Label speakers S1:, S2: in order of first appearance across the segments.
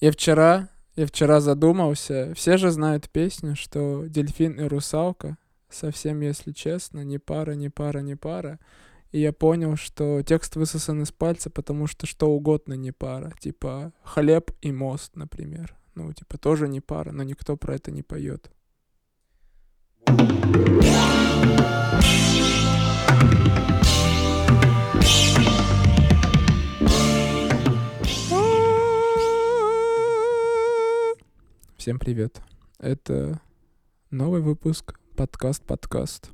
S1: Я вчера, я вчера задумался. Все же знают песню, что дельфин и русалка совсем, если честно, не пара, не пара, не пара. И я понял, что текст высосан из пальца, потому что что угодно не пара. Типа хлеб и мост, например. Ну, типа тоже не пара, но никто про это не поет. Всем привет. Это новый выпуск подкаст-подкаст.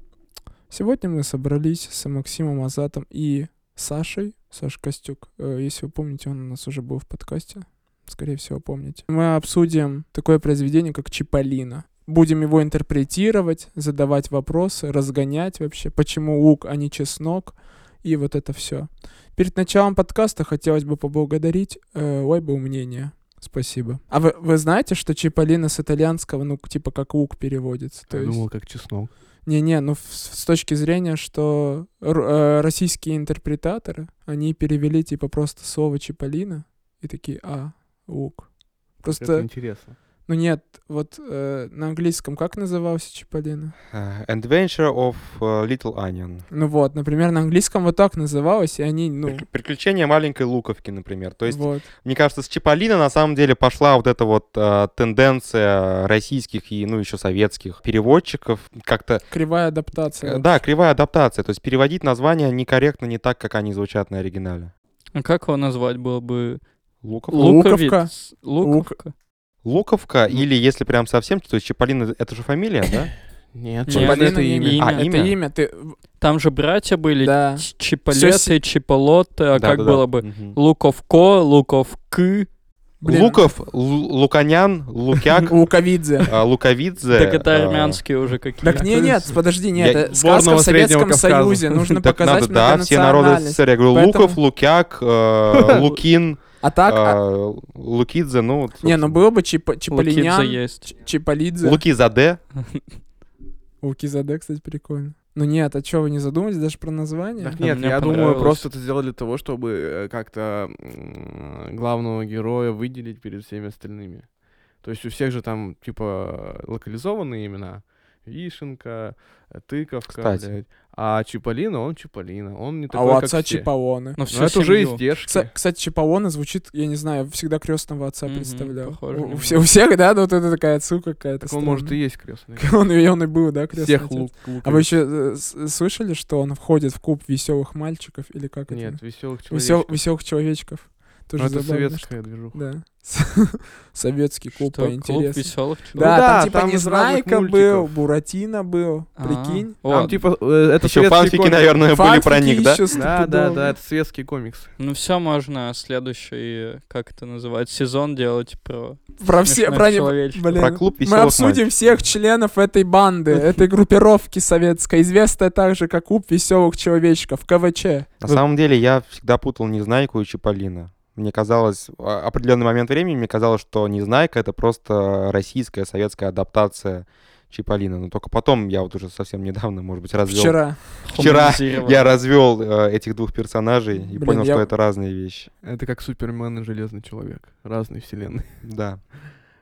S1: Сегодня мы собрались с Максимом Азатом и Сашей. Саша Костюк, э, если вы помните, он у нас уже был в подкасте. Скорее всего, помните. Мы обсудим такое произведение, как Чиполлино. Будем его интерпретировать, задавать вопросы, разгонять вообще, почему лук, а не чеснок, и вот это все. Перед началом подкаста хотелось бы поблагодарить э, Лайбл Мнение. Спасибо. А вы, вы знаете, что Чиполлино с итальянского, ну, типа, как лук переводится? То
S2: Я
S1: есть...
S2: думал, как чеснок.
S1: Не-не, ну в- с точки зрения, что р- э, российские интерпретаторы, они перевели типа просто слово Чиполлино и такие, а, лук.
S2: Это
S1: Просто,
S2: интересно.
S1: ну нет, вот э, на английском как назывался Чиполлино?
S3: Э, Adventure of э, Little Onion.
S1: Ну вот, например, на английском вот так называлось, и они, ну,
S3: Прик- Приключения маленькой луковки, например. То есть,
S1: вот.
S3: мне кажется, с Чиполлино на самом деле пошла вот эта вот э, тенденция российских и, ну, еще советских переводчиков как-то...
S1: Кривая
S3: э,
S1: адаптация.
S3: Да, кривая адаптация. То есть переводить названия некорректно, не так, как они звучат на оригинале.
S4: А как его назвать было бы?
S3: Луковка.
S1: Луковка.
S4: Луковиц? Луковка.
S3: Луковка, или если прям совсем, то есть Чиполлино — это же фамилия, да?
S2: Нет,
S4: Нет,
S2: Чиполлино это
S1: не-
S2: имя.
S4: не-
S3: А,
S1: это
S3: имя?
S1: имя, ты,
S4: Там же братья были.
S1: да.
S4: Ч- Чиполеты, Чиполоты. А
S3: Да,
S4: как
S3: да, да.
S4: было бы?
S3: Мгм.
S4: Луковко, Луковки.
S1: Блин.
S3: Луков, Лу- Луканян, Лукяк,
S1: Луковидзе.
S3: э, Луковидзе.
S4: Так это
S3: э,
S4: армянские уже какие.
S1: Так не, нет, подожди, нет,
S3: Я-
S1: это сказка в
S2: Сборного Среднего
S1: Советском
S2: Кавказа.
S1: Союзе, нужно
S3: Так
S1: Ну, показать
S3: надо, да, все народы
S1: многонациональность.
S3: СССР. Я говорю,
S1: Поэтому-
S3: Луков, Лукяк, э, Лукин,
S1: А так, а-
S3: э, Лукидзе, ну... вот,
S1: Не, ну
S3: собственно.
S1: было бы Чипа-
S4: Лукидзе
S1: Чиполинян,
S4: есть.
S1: Ч- Чиполидзе.
S3: Лукизаде.
S1: Лукизаде, кстати, прикольно. Ну нет, а чё, вы не задумались даже про название?
S2: Так нет,
S4: Мне
S2: я думаю,
S4: понравилось.
S2: просто это сделали для того, чтобы э, как-то м, главного героя выделить перед всеми остальными. То есть у всех же там, типа, локализованные имена. Вишенка, э, тыковка,
S3: Кстати.
S2: блядь. А Чиполлино, он Чиполлино. Он не
S1: А
S2: такой,
S1: у
S2: как
S1: отца
S2: все.
S1: Чипаоны.
S4: Ну,
S2: Ну,
S4: всю
S2: это уже
S4: семью.
S2: издержки.
S1: Кса- Кстати, Чипаона звучит, я не знаю, всегда крестного отца
S4: Мгм,
S1: представлял.
S4: похоже
S1: У- У
S4: немного.
S1: все- у всех, да, ну, вот это такая отсылка какая-то.
S2: Так он, может, и есть крестный.
S1: странная. Он и он и был, да, крестный
S2: Всех
S1: отец?
S2: лук,
S1: А вы еще слышали, что он входит в клуб веселых мальчиков или как это?
S2: Нет, веселых человек.
S1: Веселых человечков. Тоже
S2: это
S1: забавно,
S2: советская движуха.
S1: что- Да. Советский клуб
S4: Что,
S1: по
S4: клуб
S1: интересам.
S4: веселых
S1: Да,
S2: да,
S1: там типа
S2: там из
S1: Незнайка
S2: разных
S1: был,
S2: мультиков. А.
S1: Буратино был,
S4: А,
S1: прикинь.
S2: Там, типа, э, это
S3: Еще
S2: советский
S3: фанфики,
S2: комикс.
S3: наверное, были
S1: Фанфики
S3: Ну, про них, да?
S1: ещё
S2: Да, да,
S1: стопудово.
S2: да, это светский комикс.
S4: Ну все можно следующий, как это называется, сезон делать про
S1: Про все,
S4: смешных
S1: про не-
S4: человечков.
S1: блин.
S3: Про клуб
S1: Мы
S3: веселых
S1: обсудим всех членов этой банды, этой группировки советской, известная также как Клуб веселых человечков, КВЧ.
S3: На самом деле, я всегда путал Незнайку и Чиполлино. Мне казалось, в а, определенный момент времени мне казалось, что Незнайка — это просто российская, советская адаптация Чиполлино. Но только потом я вот уже совсем недавно, может быть, развел...
S1: Вчера.
S3: Вчера
S4: Хуманизировано.
S3: Я развел э, этих двух персонажей и
S1: Блин,
S3: понял,
S1: я-
S3: что это разные вещи.
S2: Это как Супермен и Железный Человек. Разные вселенные.
S3: Да.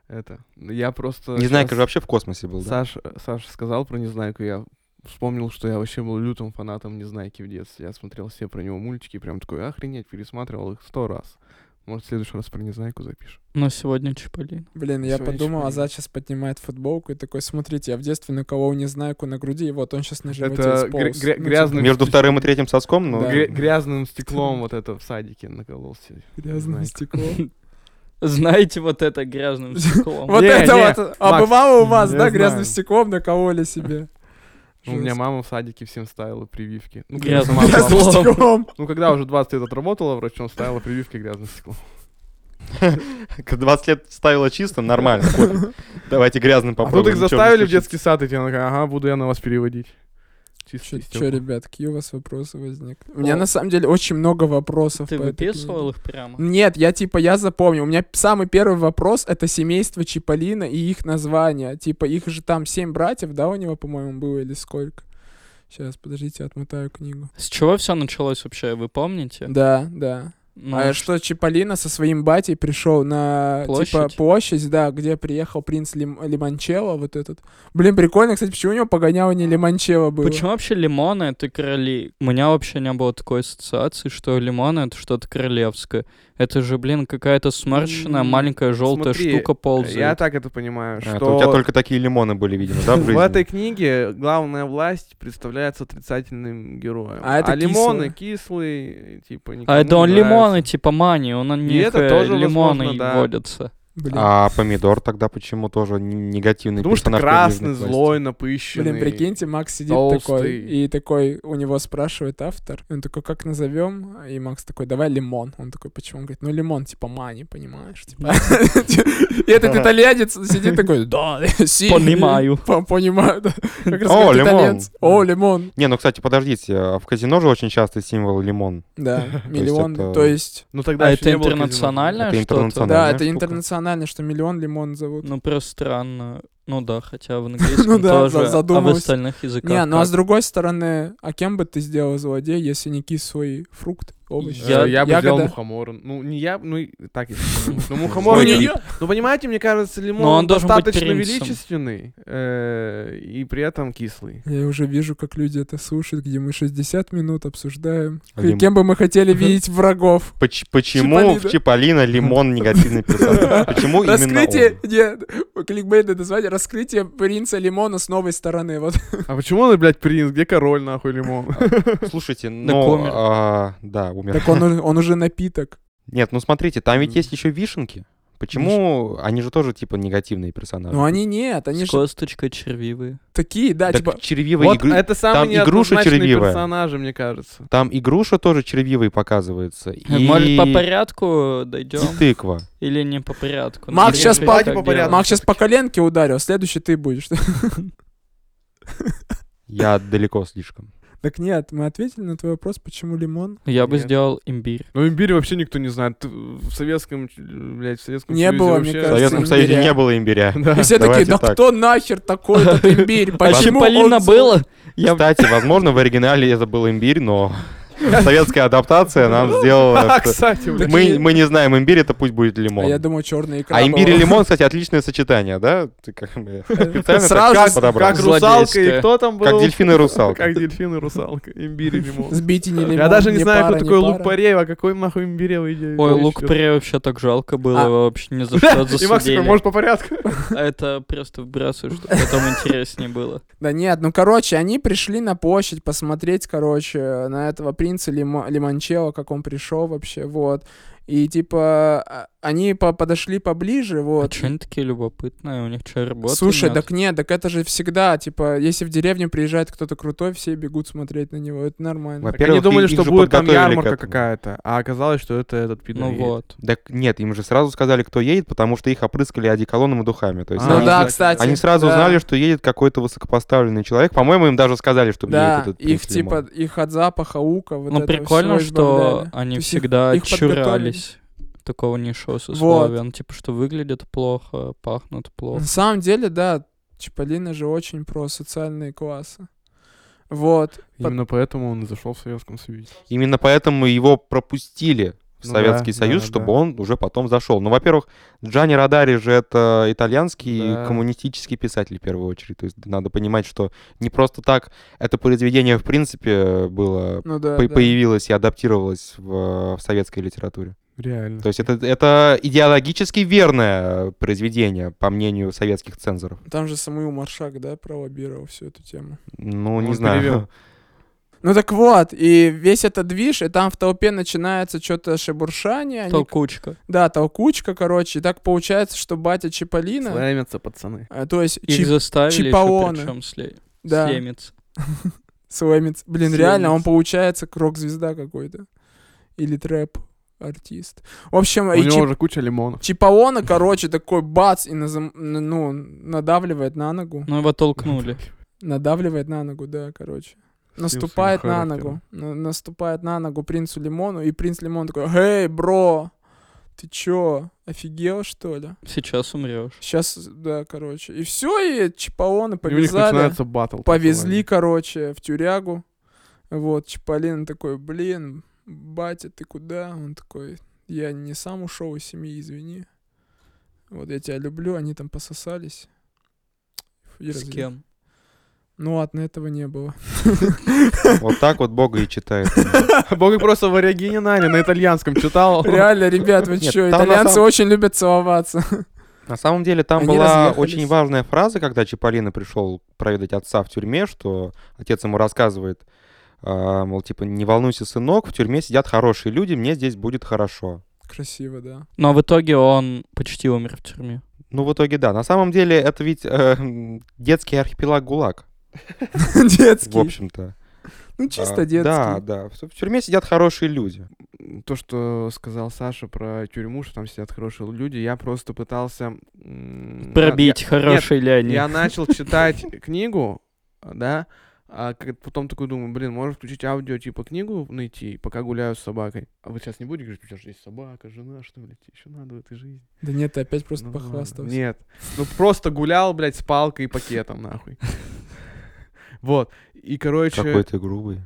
S2: Это. Я просто...
S3: Незнайка
S2: щас-
S3: же вообще в космосе был, да?
S2: Саш, Саша сказал про Незнайку, я вспомнил, что я вообще был лютым фанатом Незнайки в детстве. Я смотрел все про него мультики, прям такой, охренеть, пересматривал их сто раз. Может, в следующий раз про Незнайку запишешь.
S4: Но Ну, сегодня Чиполлино.
S1: Блин, я
S2: Всё, я
S1: подумал,
S2: ничего
S1: а
S2: не
S1: Зад сейчас поднимает футболку и такой, смотрите, я в детстве наколол незнайку на груди, и вот он сейчас на животе
S2: Это гря-
S1: исполз».
S2: гря-
S1: Ну, типа,
S2: грязный-
S3: Между вторым и третьим соском, ну...
S1: Да.
S2: Гря- грязным стеклом вот это в садике накололся.
S1: грязное
S2: Незнайка.
S1: стекло.
S4: Знаете, вот это грязным стеклом.
S1: Вот
S2: Не,
S1: это
S2: не,
S1: вот. А
S2: Макс,
S1: бывало у вас,
S2: я
S1: да, грязным
S2: знаю.
S1: стеклом накололи себе?
S2: Ну, У меня
S1: Жестко.
S2: мама в садике всем ставила прививки. Ну, когда
S4: Грязным
S2: сама была-
S1: Грязным
S4: стеклом.
S1: стеклом.
S2: Ну, когда уже 20 лет отработала врачом, ставила прививки грязным стеклом.
S3: К 20 лет ставила чистым, нормально. пофиг. Давайте грязным
S2: А тут их
S3: попробуем. ничего не
S2: заставили в
S3: случится.
S2: детский сад, и тебе она такая, ага, буду я на вас переводить. Чисто
S1: Че, ребят, какие у вас вопросы возникли? Ну, У меня на самом деле очень много вопросов.
S4: Ты
S1: по этой книге.
S4: выписывал их прямо?
S1: Нет, я типа, я запомнил. У меня п- самый первый вопрос — это семейство Чиполлино и их название. Типа, их же там семь братьев, да, у него, по-моему, было или сколько? Сейчас, подождите, отмотаю книгу.
S2: А
S4: С чего все началось вообще, вы помните?
S1: Да, да.
S4: Ну,
S1: А
S4: ш-
S1: что Чиполлино со своим батей пришел на типа
S4: Площадь?
S1: площадь, да, где приехал принц Лим- Лимончелло, вот этот. Блин, прикольно, кстати, почему у него погоняло не Лимончелло было?
S4: Почему вообще лимоны — это короли? У меня вообще не было такой ассоциации, что лимоны — это что-то королевское. Это же, блин, какая-то сморщенная
S2: М,
S4: маленькая желтая
S2: смотри,
S4: штука
S2: Я
S4: ползает.
S2: так это понимаю,
S3: А,
S2: что
S3: то у тебя только такие лимоны были, видимо, да, в
S2: в
S3: жизни?
S2: этой книге главная власть представляется отрицательным героем.
S1: А это
S2: лимоны кислые, типа никому
S4: А это
S2: не
S4: он
S2: нравятся.
S4: лимоны, типа мани, он на
S2: И
S4: них
S2: это
S4: э,
S2: тоже,
S4: лимоны
S2: возможно, да.
S4: водятся.
S1: Блин,
S3: А помидор тогда почему тоже н- негативный
S2: Потому что
S3: персонаж
S2: красный,
S3: книжной власти?
S2: злой, напыщенный.
S1: Блин, прикиньте, Макс сидит
S2: толстый.
S1: такой, и такой, у него спрашивает автор, и он такой, как назовем? И Макс такой, давай лимон. Он такой, почему? Он говорит, ну лимон, типа мани, понимаешь? Типа. И этот итальянец сидит такой, да, си.
S4: Понимаю.
S1: По- Понимаю, да. Как раз
S3: О,
S1: как
S3: лимон.
S1: итальянец. О, лимон.
S3: Не, ну, кстати, подождите, а в казино же очень часто символ лимон.
S1: Да, миллион.
S3: это-
S1: То есть,
S2: Ну тогда
S4: А
S2: ещё
S4: это
S2: не было казино.
S4: интернациональное
S3: Это
S4: что-то?
S3: интернациональное.
S1: да,
S3: Нормальная
S1: это
S3: штука.
S1: интернационально, что миллион лимон зовут.
S4: Ну, просто странно. Ну да, хотя в
S2: Ну
S4: английском
S1: да, за-
S4: тоже, а в
S1: задумался.
S4: остальных языках
S1: Не, ну а
S4: как?
S1: с другой стороны, а кем бы ты сделал злодей, если не кислый фрукт, овощ?
S2: Э,
S4: Я-
S2: Я, бы сделал
S1: ягода?
S2: мухомор. Ну, не я, ну, и- так и Ну,
S1: Ну,
S2: мухомор...
S1: не
S2: это-
S1: я.
S2: Ну, понимаете, мне кажется, лимон
S4: Но он
S2: он
S4: должен быть
S2: достаточно
S4: принцем.
S2: величественный э, и при этом кислый.
S1: Я уже вижу, как люди это слушают, где мы 60 минут обсуждаем, к-
S3: Лим-
S1: кем бы мы хотели видеть врагов.
S3: Поч- почему
S1: Чиполлино.
S3: в Чиполлино лимон негативный персонаж? Почему именно
S1: Раскрытие,
S3: он?
S1: нет, кликбейтное название, раскрытие принца Лимона с новой стороны. Вот.
S2: А почему он, блядь, принц? Где король, нахуй, лимон?
S3: Слушайте, ну...
S4: умер.
S3: а, Да, умер.
S1: Так он, у- он уже напиток.
S3: Нет, ну смотрите, там ведь
S2: Мгм.
S3: есть еще вишенки. Почему они же тоже типа негативные персонажи?
S1: Но Ну, они нет, они
S4: С
S1: же
S4: косточкой червивые.
S1: такие, да,
S3: Так
S1: типа...
S3: червивые
S2: Вот
S3: игры-
S2: это самые
S3: там игруша
S2: неоднозначные
S3: червивая.
S2: персонажи, мне кажется.
S3: Там и груша тоже червивый показывается. И...
S4: Может, по порядку дойдем?
S3: и тыква.
S4: Или не по порядку?
S1: Макс
S4: Например,
S1: щас
S4: как
S1: по-
S4: делать?
S2: по порядку.
S1: Макс сейчас по коленке ударил, а следующий ты будешь.
S3: Я далеко слишком.
S1: Так нет, мы ответили на твой вопрос, почему лимон?
S4: Я бы
S2: Нет.
S4: сделал имбирь.
S2: Ну, имбирь вообще никто не знает. Ты В советском, блядь, в советском
S1: Не
S2: Союзе
S1: было, мне
S2: вообще-
S3: В
S1: кажется,
S3: Советском Союзе
S1: имбиря.
S3: не было имбиря.
S1: И
S2: Да.
S1: все такие,
S3: давайте
S1: да
S3: так.
S1: кто нахер такой этот имбирь?
S4: А
S1: Почему он
S4: Чиполлино
S1: злой?»
S4: было? Я
S3: Кстати, возможно, в оригинале это был имбирь, но советская адаптация нам сделала...
S2: А, кстати, блядь.
S3: Мы, мы не знаем, имбирь это пусть будет
S1: А я
S3: лимон.
S1: думал, черный икра
S3: А имбирь и
S1: была.
S3: лимон, кстати, отличное сочетание, да? Ты как бы Специально
S1: Сразу
S3: так
S1: же
S3: подобрал.
S2: Как русалка и
S4: Злодейская.
S2: кто там был?
S3: Как дельфин и
S2: Как
S3: русалка.
S2: дельфин и русалка. Имбирь и лимон.
S1: Сбить и не лимон,
S2: Я даже не
S1: ни
S2: знаю,
S1: пара,
S2: кто
S1: ни
S2: такой Лук
S1: пара.
S2: Пареев, а какой нахуй имбиря выйдет.
S4: Ой, лук Перри вообще так жалко было,
S1: А.
S4: его вообще ни за что
S2: И Макс такой,
S4: засудили.
S2: может, по порядку?
S4: А это просто вбрасываю, чтобы потом интереснее было.
S1: Да нет, ну короче, они пришли на площадь посмотреть, короче, на этого принца Лимо- Лимончелло, как он пришел вообще, вот. И типа а- они по- подошли поближе,
S4: А
S1: вот.
S4: чё они такие любопытные? У них что, работы
S1: Слушай,
S4: нет?
S1: так нет, так это же всегда, типа, если в деревню приезжает кто-то крутой, все бегут смотреть на него, это нормально.
S3: Во-первых,
S2: Они думали,
S3: их
S2: что
S3: же
S2: будет там
S3: подготовили к
S2: ярмарка
S3: этому.
S2: какая-то, а оказалось, что это этот пидор
S4: Ну
S2: едет.
S4: вот.
S3: Так нет, им же сразу сказали, кто едет, потому что их опрыскали одеколоном и духами. То есть
S2: А,
S1: Ну
S3: они,
S1: да,
S2: кстати.
S1: кстати.
S3: они сразу
S1: да.
S3: узнали, что едет какой-то высокопоставленный человек. По-моему, им даже сказали, что
S1: Да,
S3: едет этот
S1: их
S3: принц Лимон.
S1: типа, их от запаха ука, вот
S4: ну
S1: этого
S4: прикольно,
S1: всего
S4: что
S1: избавляли. То
S4: они
S1: есть их-
S4: всегда
S1: их подготовили.
S4: чурались такого низшего сословия. Ну, типа, что выглядит плохо, пахнут плохо.
S1: На
S2: Типа.
S1: самом деле, да, Чиполлино же очень про социальные классы. Вот. Под-
S2: Именно поэтому он и зашел в Советском Союзе.
S3: Именно поэтому его пропустили в
S2: Ну
S3: Советский
S2: да,
S3: Союз,
S2: да,
S3: чтобы
S2: да.
S3: он уже потом зашел. Ну, во-первых, Джани Радари же это итальянский
S2: Да.
S3: коммунистический писатель в первую очередь. То есть надо понимать, что не просто так это произведение в принципе было
S1: Ну да.
S3: по-
S1: да.
S3: появилось и адаптировалось в, в советской литературе.
S2: Реально.
S3: То есть это, это идеологически верное э, произведение, по мнению советских цензоров.
S1: Там же Самуил Маршак, да, пролоббировал всю эту тему.
S3: Ну, не
S2: Он
S3: знаю.
S2: перевел.
S1: Ну так вот, и весь этот движ, и там в толпе начинается что-то шебуршание. они-
S4: Толкучка.
S1: Да, толкучка, короче. И так получается, что батя Чиполлино,
S2: Славятся пацаны.
S1: э, то есть
S4: Их
S1: Чип-
S4: заставили еще
S1: чипаоны.
S4: причем сле...
S1: да,
S4: слемиться.
S1: Слэмец. Блин, реально, он
S4: Слэмец.
S1: получается рок-звезда какой-то. Или трэп-артист. В общем,
S2: У
S1: А и
S2: него
S1: Чип-
S2: уже куча лимонов.
S1: Чипаона, короче, такой бац, и назам- н- ну, надавливает на ногу.
S4: Ну, его толкнули.
S1: Надавливает на ногу, да, короче.
S2: Слился
S1: Наступает
S2: им
S1: на
S2: характер.
S1: ногу. на- Наступает на ногу принцу Лимону, и принц Лимон такой, «Эй, бро, ты чё, офигел, что ли?»
S4: Сейчас умрешь.
S1: Сейчас, да, короче. И все, и Чипаона
S2: И у них
S1: повязали.
S2: начинается батл.
S1: Повезли,
S2: пацаны.
S1: короче, в тюрягу. Вот, Чиполлино такой, блин, батя, ты куда? Он такой, я не сам ушел из семьи, извини. Вот я тебя люблю, они там пососались. И
S4: С
S1: развели.
S4: кем?
S1: Ну, ладно, этого не было.
S3: Вот так вот Бога и читает.
S2: Бог просто в оригине Нани на итальянском читал.
S1: Реально, ребят, вы
S3: Нет,
S1: чё,
S3: там на
S1: итальянцы
S3: самом-
S1: очень любят целоваться.
S3: На самом деле там
S1: Они
S3: была
S1: разъехались.
S3: очень важная фраза, когда Чиполлино пришел проведать отца в тюрьме, что отец ему рассказывает, а, мол, типа, не волнуйся, сынок, в тюрьме сидят хорошие люди, мне здесь будет хорошо.
S1: Красиво, да.
S4: Но Ну, а в итоге он почти умер в тюрьме.
S3: Ну, в итоге, да. На самом деле, это ведь э, м, детский архипелаг ГУЛАГ, в
S1: Детский.
S3: общем-то.
S1: Ну,
S3: А,
S1: чисто
S3: Да,
S1: детский.
S3: да. В в тюрьме сидят хорошие люди.
S2: То, что сказал Саша про тюрьму, что там сидят хорошие люди, я просто пытался... м,
S4: Пробить, хороший ли
S2: я-
S4: они.
S2: Я начал читать книгу, да, а как- потом такой думаю, блин, можно включить аудио, типа книгу найти, пока гуляю с собакой. А вы сейчас не будете говорить, у тебя же есть собака, жена, что, блядь, еще надо в этой жизни?
S1: Да нет, ты опять просто
S2: Ну ладно.
S1: похвастался.
S2: Нет. Ну просто гулял, блядь, с палкой и пакетом, нахуй. Вот. И, короче...
S3: Какой ты грубый.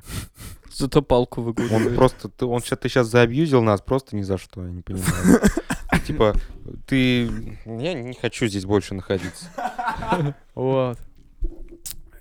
S4: Зато палку
S3: Он
S4: выгуливает.
S3: просто, ты- он ща- ты сейчас заабьюзил нас просто ни за что, я не понимаю. Типа, ты... Я не хочу здесь больше находиться.
S2: Вот.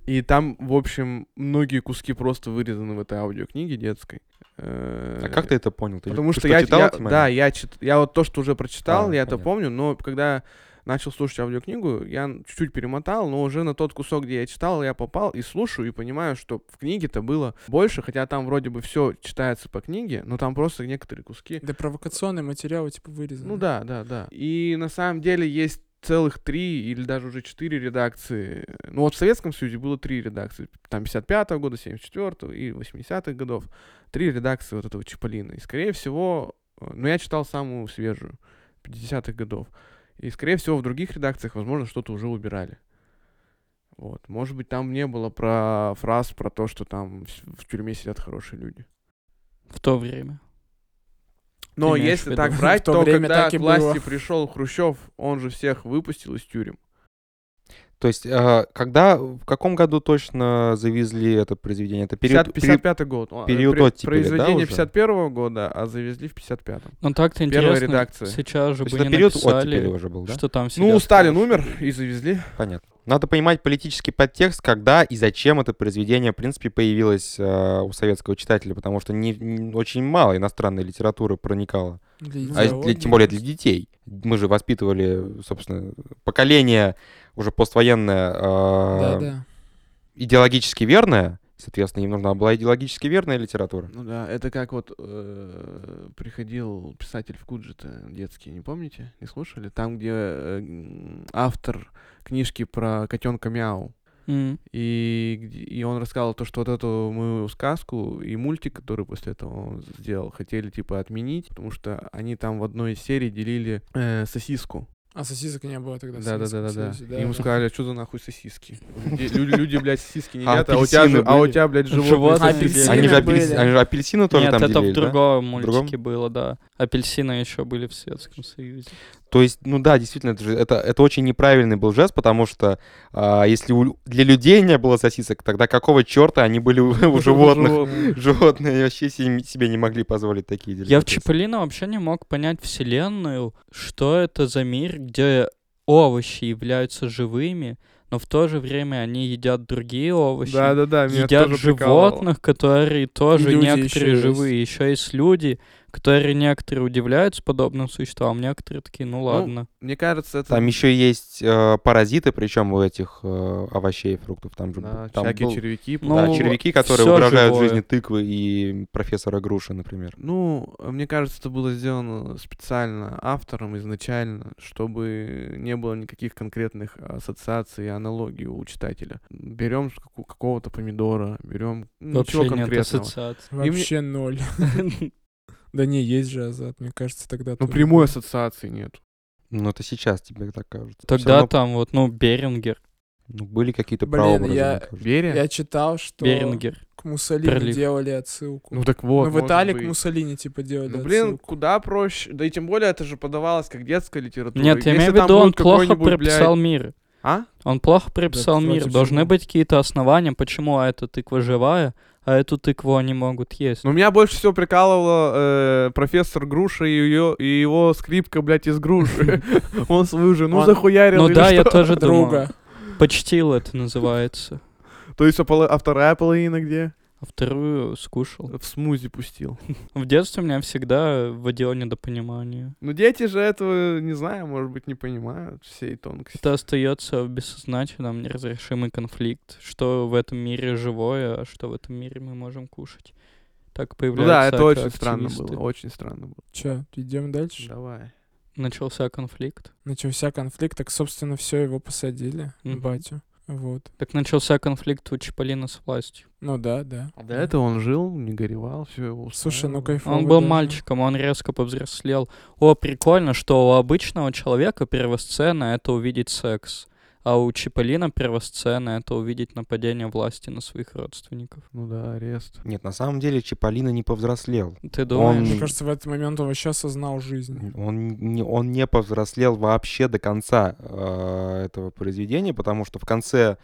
S2: И там, в общем, многие куски просто вырезаны в этой аудиокниге детской. Э,
S3: А как ты это понял? Ты
S2: Потому
S3: ты
S2: что, я,
S3: читал
S2: я-
S3: эти моменты?
S2: да, я чит- я вот то, что уже прочитал,
S3: А,
S2: я это
S3: понятно.
S2: помню, но когда начал слушать аудиокнигу, я н- чуть-чуть перемотал, но уже на тот кусок, где я читал, я попал и слушаю и понимаю, что в книге-то было больше, хотя там вроде бы все читается по книге, но там просто некоторые куски.
S1: Да провокационные материалы типа вырезаны.
S2: Ну да, да, да. И на самом деле есть целых три или даже уже четыре редакции. Ну вот в Советском Союзе было три редакции. Там 55-го года, 74-го и 80-х годов. Три редакции вот этого Чиполлина. И скорее всего, э, ну я читал самую свежую, 50-х годов. И скорее всего в других редакциях, возможно, что-то уже убирали. Вот. Может быть, там не было про фраз про то, что там в с- в тюрьме сидят хорошие люди.
S4: В то время.
S2: Но
S4: имеешь в
S2: если
S4: виду?
S2: так брать,
S1: В то
S2: то,
S1: время
S2: когда
S1: так
S2: к
S1: и
S2: власти
S1: было.
S2: пришел Хрущев, он же всех выпустил из тюрем.
S3: То есть, э, когда, в каком году точно завезли это произведение? Это период...
S2: 50
S3: период-
S2: 55 год. О,
S3: период
S2: пре-
S3: оттепели, да,
S2: Произведение
S3: уже?
S2: 51 года, а завезли в 55-м.
S4: Но Ну, так-то
S2: Первая
S4: интересно,
S2: редакция.
S4: сейчас
S3: то
S4: же
S3: есть
S4: бы
S3: это
S4: не
S3: период оттепели
S4: написали,
S3: уже был, да?
S4: что там
S2: Ну,
S4: сидят
S2: Сталин
S4: хорошие
S2: умер
S4: люди.
S2: и завезли.
S3: Понятно. Надо понимать политический подтекст, когда и зачем это произведение, в принципе, появилось э, у советского читателя, потому что не, не- очень мало иностранной литературы проникало.
S1: Для
S3: А
S1: идеологии.
S3: для- тем более для детей. Мы же воспитывали, собственно, поколение уже поствоенное э,
S1: Да-да.
S3: идеологически верное. Соответственно, им нужна была идеологически верная литература.
S2: Ну да, это как вот э, приходил писатель в Куджи-то детский, не помните? Не слушали? Там, где э, м, автор книжки про котенка Мяу.
S4: М.
S2: И, где- и он рассказал то, что вот эту мою сказку и мультик, который после этого он сделал, хотели типа отменить, потому что они там в одной из серий делили э, сосиску.
S1: А сосисок не было тогда. в
S2: Да, да, да, да,
S1: Советском
S2: да.
S1: Союзе,
S2: Ему сказали, а что за нахуй сосиски? Люди- Люди, люди, блядь, сосиски не
S3: А
S2: едят, а у тебя,
S3: апельсины
S2: же- а у
S3: были?
S2: тебя, блядь,
S4: Животные
S2: животные сосиски.
S4: Апельсины
S3: Они же,
S1: были.
S3: апельсины, они же апельсины тоже
S4: Нет,
S3: там
S4: это
S3: делили,
S4: в
S3: да?
S4: другом
S3: другом?
S4: мультике было, да. Апельсины еще были в Советском Союзе.
S3: То есть, ну да, действительно, это, же- это, это очень неправильный был жест, потому что а, если у лю- для людей не было сосисок, тогда какого черта они были у, у животных? Животные вообще се- себе не могли позволить такие
S4: Я в
S3: деликатесы.
S4: Чиполлино вообще не мог понять вселенную, что это за мир, где овощи являются живыми, но в то же время они едят другие овощи.
S2: Да, да, да, меня
S4: едят
S2: тоже прикалывало.
S4: животных, которые тоже
S1: люди
S4: некоторые
S1: ещё
S4: живые, еще есть люди, которые некоторые удивляются подобным существам, некоторые такие, ну ладно.
S2: Мне кажется, это...
S3: Там еще есть э, паразиты, причем у этих э, овощей и фруктов. Там же
S2: да,
S3: б- там
S2: всякие
S3: был-
S2: червяки.
S4: Ну,
S3: да,
S2: по-моему.
S3: червяки, которые
S4: всё
S3: угрожают
S4: живое.
S3: жизни тыквы и профессора Груши, например.
S2: Ну, э, мне кажется, это было сделано специально автором изначально, чтобы не было никаких конкретных ассоциаций и аналогий у читателя. Берем какого-то помидора, берем ничего
S4: Вообще нет
S2: конкретного.
S4: ассоциаций.
S2: мне-
S1: Вообще ноль. Да не, есть же азат, мне кажется, тогда
S2: Ну,
S4: э,
S1: тоже.
S2: прямой ассоциации нет.
S3: Ну, это сейчас тебе так кажется. Всё
S4: Тогда
S3: равно,
S4: там вот, ну, Берингер.
S3: ну, были какие-то
S1: Блин,
S3: прообразы.
S1: я-
S3: мне кажется.
S2: Берия?
S1: Я читал, что
S4: Берингер.
S1: к Муссолини
S4: Пролив.
S1: делали отсылку.
S2: Ну так вот.
S1: Ну, в
S2: может
S1: Италии к
S2: быть.
S1: Муссолини, типа, делали
S2: Ну, блин,
S1: отсылку.
S2: куда проще. Да и тем более это же подавалось как детская литература.
S4: Нет,
S2: Если
S4: я имею в
S2: там
S4: виду, он
S2: будет
S4: плохо
S2: какой-нибудь, блядь,
S4: прописал мир.
S2: А?
S4: Он плохо прописал
S1: Да,
S4: мир.
S1: против
S4: Должны
S2: ну.
S1: чего?
S4: быть какие-то основания, почему эта тыква живая, а эту тыкву они могут есть.
S2: Но Ну, меня больше всего прикалывала э, профессор Груша и, ее, и его скрипка, блядь, из груши. Он свою жену
S1: Он-
S2: захуярил
S4: Ну
S2: или
S4: да, я
S2: что?
S4: тоже думал.
S1: друга.
S4: Почтил это называется.
S2: То есть, а поло- а вторая половина где?
S4: А вторую скушал.
S2: В смузи пустил.
S4: В детстве меня всегда водило недопонимание.
S2: Ну, дети же этого, не знаю, может быть, не понимают всей тонкости.
S4: Это остается в бессознательном неразрешимый конфликт. Что в этом мире живое, а что в этом мире мы можем кушать. Так
S2: Ну да,
S4: появляются
S2: это очень странно
S4: активисты.
S2: было, очень странно было.
S1: Че, идем дальше?
S2: Давай.
S4: Начался конфликт.
S1: Начался конфликт, так, собственно, все его посадили,
S4: Мгм.
S1: батю. Вот.
S4: Так начался конфликт у Чиполлина с властью.
S1: Ну да, да.
S2: А до этого он жил, не горевал, все его
S1: Слушай, ну
S2: устраивало.
S1: кайфово.
S4: Он был
S1: даже.
S4: мальчиком, он резко повзрослел. О, прикольно, что у обычного человека первосцена — это увидеть секс. А у Чиполлина первосцена — это увидеть нападение власти на своих родственников.
S2: Ну да, арест.
S3: Нет, на самом деле Чиполлино не повзрослел.
S4: Ты думаешь?
S1: Мне кажется, в этот момент он вообще осознал жизнь.
S3: Он не, он не повзрослел вообще до конца э, этого произведения, потому что в конце,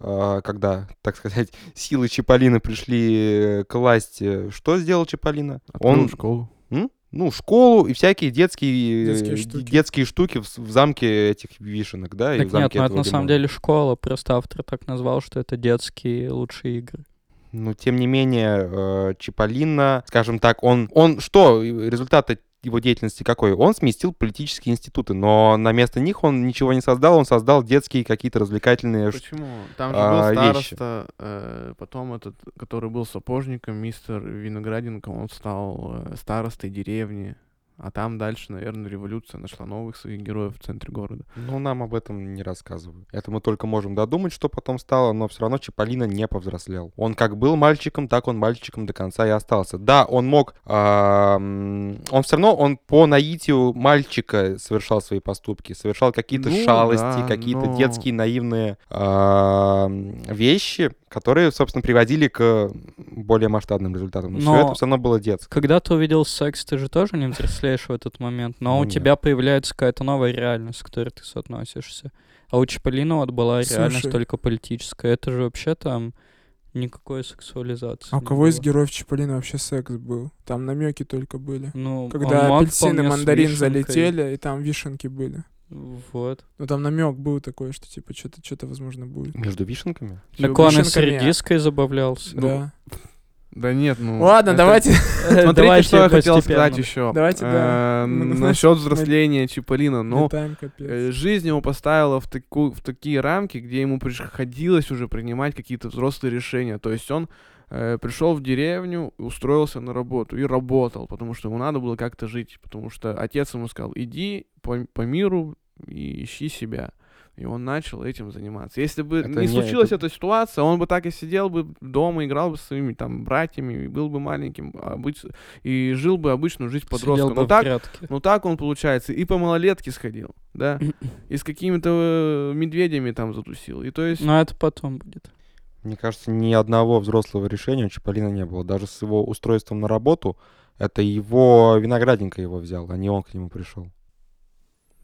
S3: э, когда, так сказать, силы Чиполлина пришли э, к власти, что сделал Чиполлино?
S2: Открыл
S3: Он-
S2: школу.
S3: М? Ну, школу и всякие детские,
S1: Детские
S3: э,
S1: штуки.
S3: детские штуки в, с- в замке этих вишенок, да? и в
S4: Так нет,
S3: замке
S4: ну это
S3: этого
S4: на самом
S3: лимона.
S4: деле школа, просто автор так назвал, что это детские лучшие игры.
S3: Но тем не менее, э, Чиполлино, скажем так, он, он что, результаты его деятельности какой? Он сместил политические институты, но на место них он ничего не создал, он создал детские какие-то развлекательные... ш-
S2: Почему? Там же
S3: а,
S2: был
S3: вещи.
S2: староста, э, потом этот, который был сапожником, мистер Винограденко, он стал э, старостой деревни. А там дальше, наверное, революция нашла новых своих героев в центре города.
S3: Ну, нам об этом не рассказывают. Это мы только можем додумать, что потом стало, но все равно Чиполлино не повзрослел. Он как был мальчиком, так он мальчиком до конца и остался. Да, он мог... а, м, он все равно, он по наитию мальчика совершал свои поступки, совершал какие-то
S2: Ну
S3: шалости,
S2: да,
S3: какие-то
S2: но-
S3: детские наивные а, м, вещи, которые, собственно, приводили к более масштабным результатам. Но,
S4: Но-
S3: все это все равно было детско.
S4: Когда ты увидел секс, ты же тоже не взрослеешь в этот момент, но
S3: Ну
S4: у
S3: нет.
S4: тебя появляется какая-то новая реальность, с которой ты соотносишься. А у Чиполлино вот была реальность
S1: Слушай.
S4: только политическая. Это же вообще там никакой сексуализации.
S1: А у
S4: не
S1: кого из
S4: было.
S1: героев Чиполлина вообще секс был? Там намеки только были.
S4: Ну, он
S1: Когда
S4: мог
S1: апельсины,
S4: вполне с
S1: мандарин
S4: вишенкой.
S1: залетели, и там вишенки были.
S4: Вот.
S1: Ну там намек был такой, что типа что-то что-то возможно будет.
S3: Между вишенками?
S2: Всё,
S4: Так он и с
S1: вишенками, а-
S4: редиской забавлялся.
S1: Да.
S2: Да нет, ну...
S1: Ладно,
S2: это-
S1: давайте.
S2: Смотрите,
S4: Давайте
S2: что я хотел
S4: постепенно.
S2: сказать еще.
S1: Давайте, да. Мы, знаешь,
S2: Насчет взросления Чиполлина. Ну,
S1: Летаем, капец.
S2: Э, Жизнь его поставила в, таку- в такие рамки, где ему приходилось уже принимать какие-то взрослые решения. То есть он э, пришел в деревню, устроился на работу и работал, потому что ему надо было как-то жить, потому что отец ему сказал, иди по, по миру и ищи себя. И он начал этим заниматься. Если бы
S3: Это
S2: не,
S3: не-
S2: случилась
S3: это-
S2: эта ситуация, он бы так и сидел бы дома, играл бы со своими там братьями, и был бы маленьким, а обыч- и жил бы обычную жизнь подростка.
S4: Сидел
S2: Но
S4: бы в
S2: так
S4: грядке.
S2: ну так он, получается, и по малолетке сходил, да? И с какими-то э, медведями там затусил. И то есть...
S4: Но это потом будет.
S3: Мне кажется, ни одного взрослого решения у Чиполлина не было. Даже с его устройством на работу, это его виноградинка его взял, а не он к нему пришел.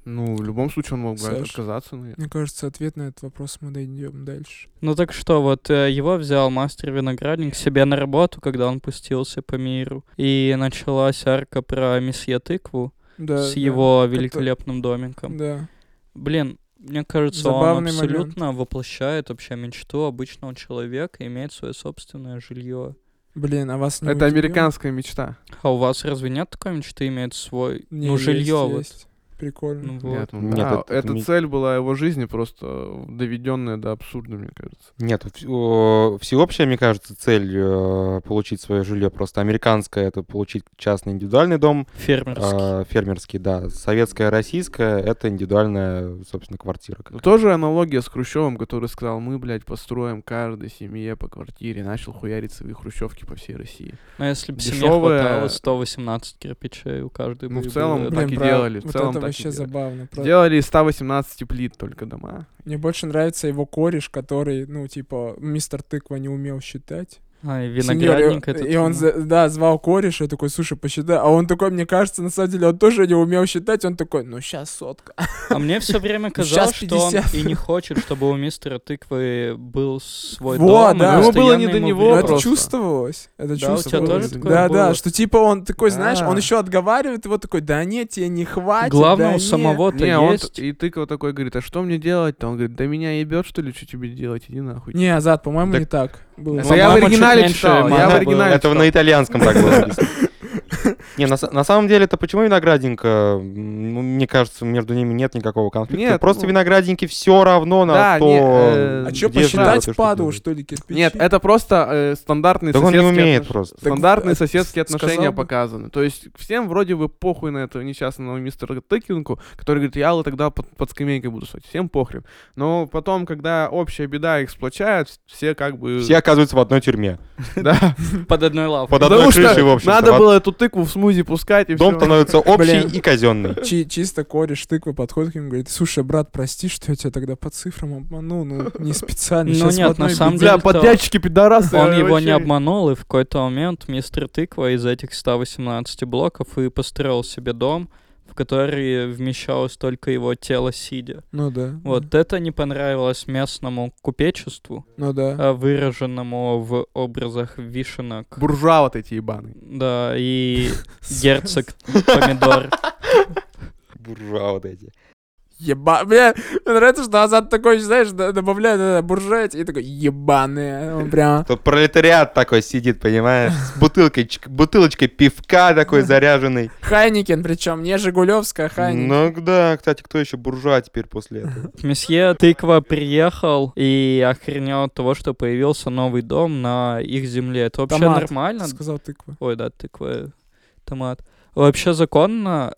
S2: Ну, в любом случае он мог бы
S1: Саш.
S2: отказаться, ну, наверное.
S1: Мне кажется, ответ на этот вопрос мы дойдем дальше.
S4: Ну так что, вот э, его взял мастер виноградник себе на работу, когда он пустился по миру. И началась арка про месье тыкву
S1: Да.
S4: с
S1: да.
S4: его
S1: Кото-
S4: великолепным домиком.
S1: Да.
S4: Блин, мне кажется, он
S1: Забавный
S4: абсолютно воплощает вообще мечту обычного человека иметь свое собственное жилье.
S1: Блин, а
S4: Ну,
S1: вас не
S2: Это
S1: удивило?
S2: американская мечта.
S4: А у вас разве нет такой мечты иметь свой,
S1: Не,
S4: ну,
S1: есть,
S4: жилье вот?
S1: есть. Прикольно.
S4: Ну, вот.
S2: Нет, ну
S3: Нет,
S2: да,
S3: это-
S2: эта
S3: ми-
S2: цель была его жизни, просто доведенная до абсурда, мне кажется.
S3: Нет, в- о, всеобщая, мне кажется, цель э, получить свое жилье. Просто американская это получить частный индивидуальный дом,
S4: Фермерский.
S3: э, фермерский, да. Советская, российская это индивидуальная, собственно, квартира.
S2: Но Ну, тоже аналогия с Хрущевым, который сказал, мы, блядь, построим каждой семье по квартире, начал хуярить свои хрущевки по всей России.
S4: Но Ну, если бы семье
S2: дешёвое-
S4: хватало 118 кирпичей, у каждой
S2: Ну,
S4: бы
S2: в
S4: и
S2: целом,
S4: было
S2: блин, так и делали, в
S1: Вот
S2: целом
S1: это
S2: так и
S1: вообще
S2: делали.
S1: забавно. правда.
S2: Сделали из 118 плит только дома.
S1: Мне больше нравится его кореш, который, ну, типа, мистер Тыква не умел считать.
S4: А, и
S1: сеньор, и-
S4: виноградник этот.
S1: И он,
S4: ну.
S1: за- да, звал кореша, я такой, слушай, посчитай. А он такой, мне кажется, на самом деле, он тоже не умел считать, он такой, ну сейчас сотка.
S4: А мне все время казалось, что он
S1: 50.
S4: и не хочет, чтобы у мистера тыквы был свой
S1: Во,
S4: дом. и
S1: да.
S2: Ему было
S4: постоянно
S2: не до
S4: ему
S2: него
S1: Ну,
S4: врезал.
S1: это
S2: просто.
S1: чувствовалось. Это
S4: Да, у тебя
S1: чувствовалось.
S2: тоже такое
S1: да, да,
S4: было?
S1: что типа он такой, знаешь, он
S2: Да.
S1: еще отговаривает его такой, да нет, тебе не хватит.
S4: Главное,
S1: да
S4: у
S1: не».
S4: самого-то
S2: Не, он т-
S4: есть.
S2: и тыкал такой говорит, а что мне делать-то? Он говорит, да меня ебет, что ли, что тебе делать, иди нахуй.
S1: Не, Азат, по-моему,
S3: Так-
S1: не так. Было.
S4: А
S2: Ну, я в
S4: по-моему,
S2: оригинале
S4: чуть меньше
S2: читал, я
S4: мана
S2: в
S4: было.
S2: оригинале
S3: Это на
S2: читал.
S3: итальянском так было написано. Не, на, са- на самом деле, это почему виноградинка? М, ну, Мне кажется, между ними нет никакого конфликта.
S2: Нет,
S3: Просто
S2: ну.
S3: виноградинки все равно на
S2: Да,
S3: то.
S2: не, э,
S1: А что,
S3: где живет и
S1: посчитать
S3: что
S1: падал,
S3: делает.
S1: что ли, кирпичи?
S2: Нет, это просто э, стандартные
S3: Так он не
S2: соседские
S3: умеет
S2: отнош-
S3: просто.
S1: Так,
S2: Стандартные
S1: э,
S2: соседские
S1: сказал
S2: отношения
S1: бы.
S2: показаны. То есть всем вроде бы похуй на этого несчастного мистера Тыкинку, который говорит, я вот тогда под, под скамейкой буду спать. Всем похрен. Но потом, когда общая беда их сплочает, вс- все как бы...
S3: Все оказываются в одной тюрьме.
S2: Да.
S4: Под одной лавкой.
S3: Под одной
S2: Потому что
S3: крышей, в общем.
S2: надо было эту тыкву в смузи пускать и Ну
S3: Дом
S2: все.
S3: становится общий
S1: Блин.
S3: и казенный.
S1: Чи- чисто кореш тыквы подходит к нему и говорит, слушай, брат, прости, что я тебя тогда по цифрам обманул, ну, не специально.
S4: Ну
S1: щас в
S4: нет, на
S1: одной
S4: самом
S1: беде».
S2: Бля,
S4: деле то-
S2: подрядчики пидорасы.
S4: Он его не
S2: вообще.
S4: обманул, и в какой-то момент мистер Тыква из этих 118 блоков и построил себе дом, в который вмещалось только его тело сидя.
S1: Ну да.
S4: Вот это не понравилось местному купечеству,
S1: Ну да.
S4: а, выраженному в образах вишенок.
S2: Буржуа вот эти ебаные.
S4: Да, и герцог помидор.
S3: Буржуа вот эти.
S1: Еба... Бля, мне нравится, что Азат такой, знаешь, д- добавляет э, буржуэти, и такой, ебаные. Он прямо...
S3: Тут пролетариат такой сидит, понимаешь, с бутылкой, чик- бутылочкой пивка такой заряженный.
S1: Хайникин, причем не Жигулевская, а Хайникин.
S3: Ну да, кстати, кто еще буржуа теперь после этого?
S4: Месье Тыква приехал и охренел от того, что появился новый дом на их земле. Это вообще
S1: Томат.
S4: нормально?
S1: Сказал тыква.
S4: Ой, да, тыква, э, томат. Вообще законно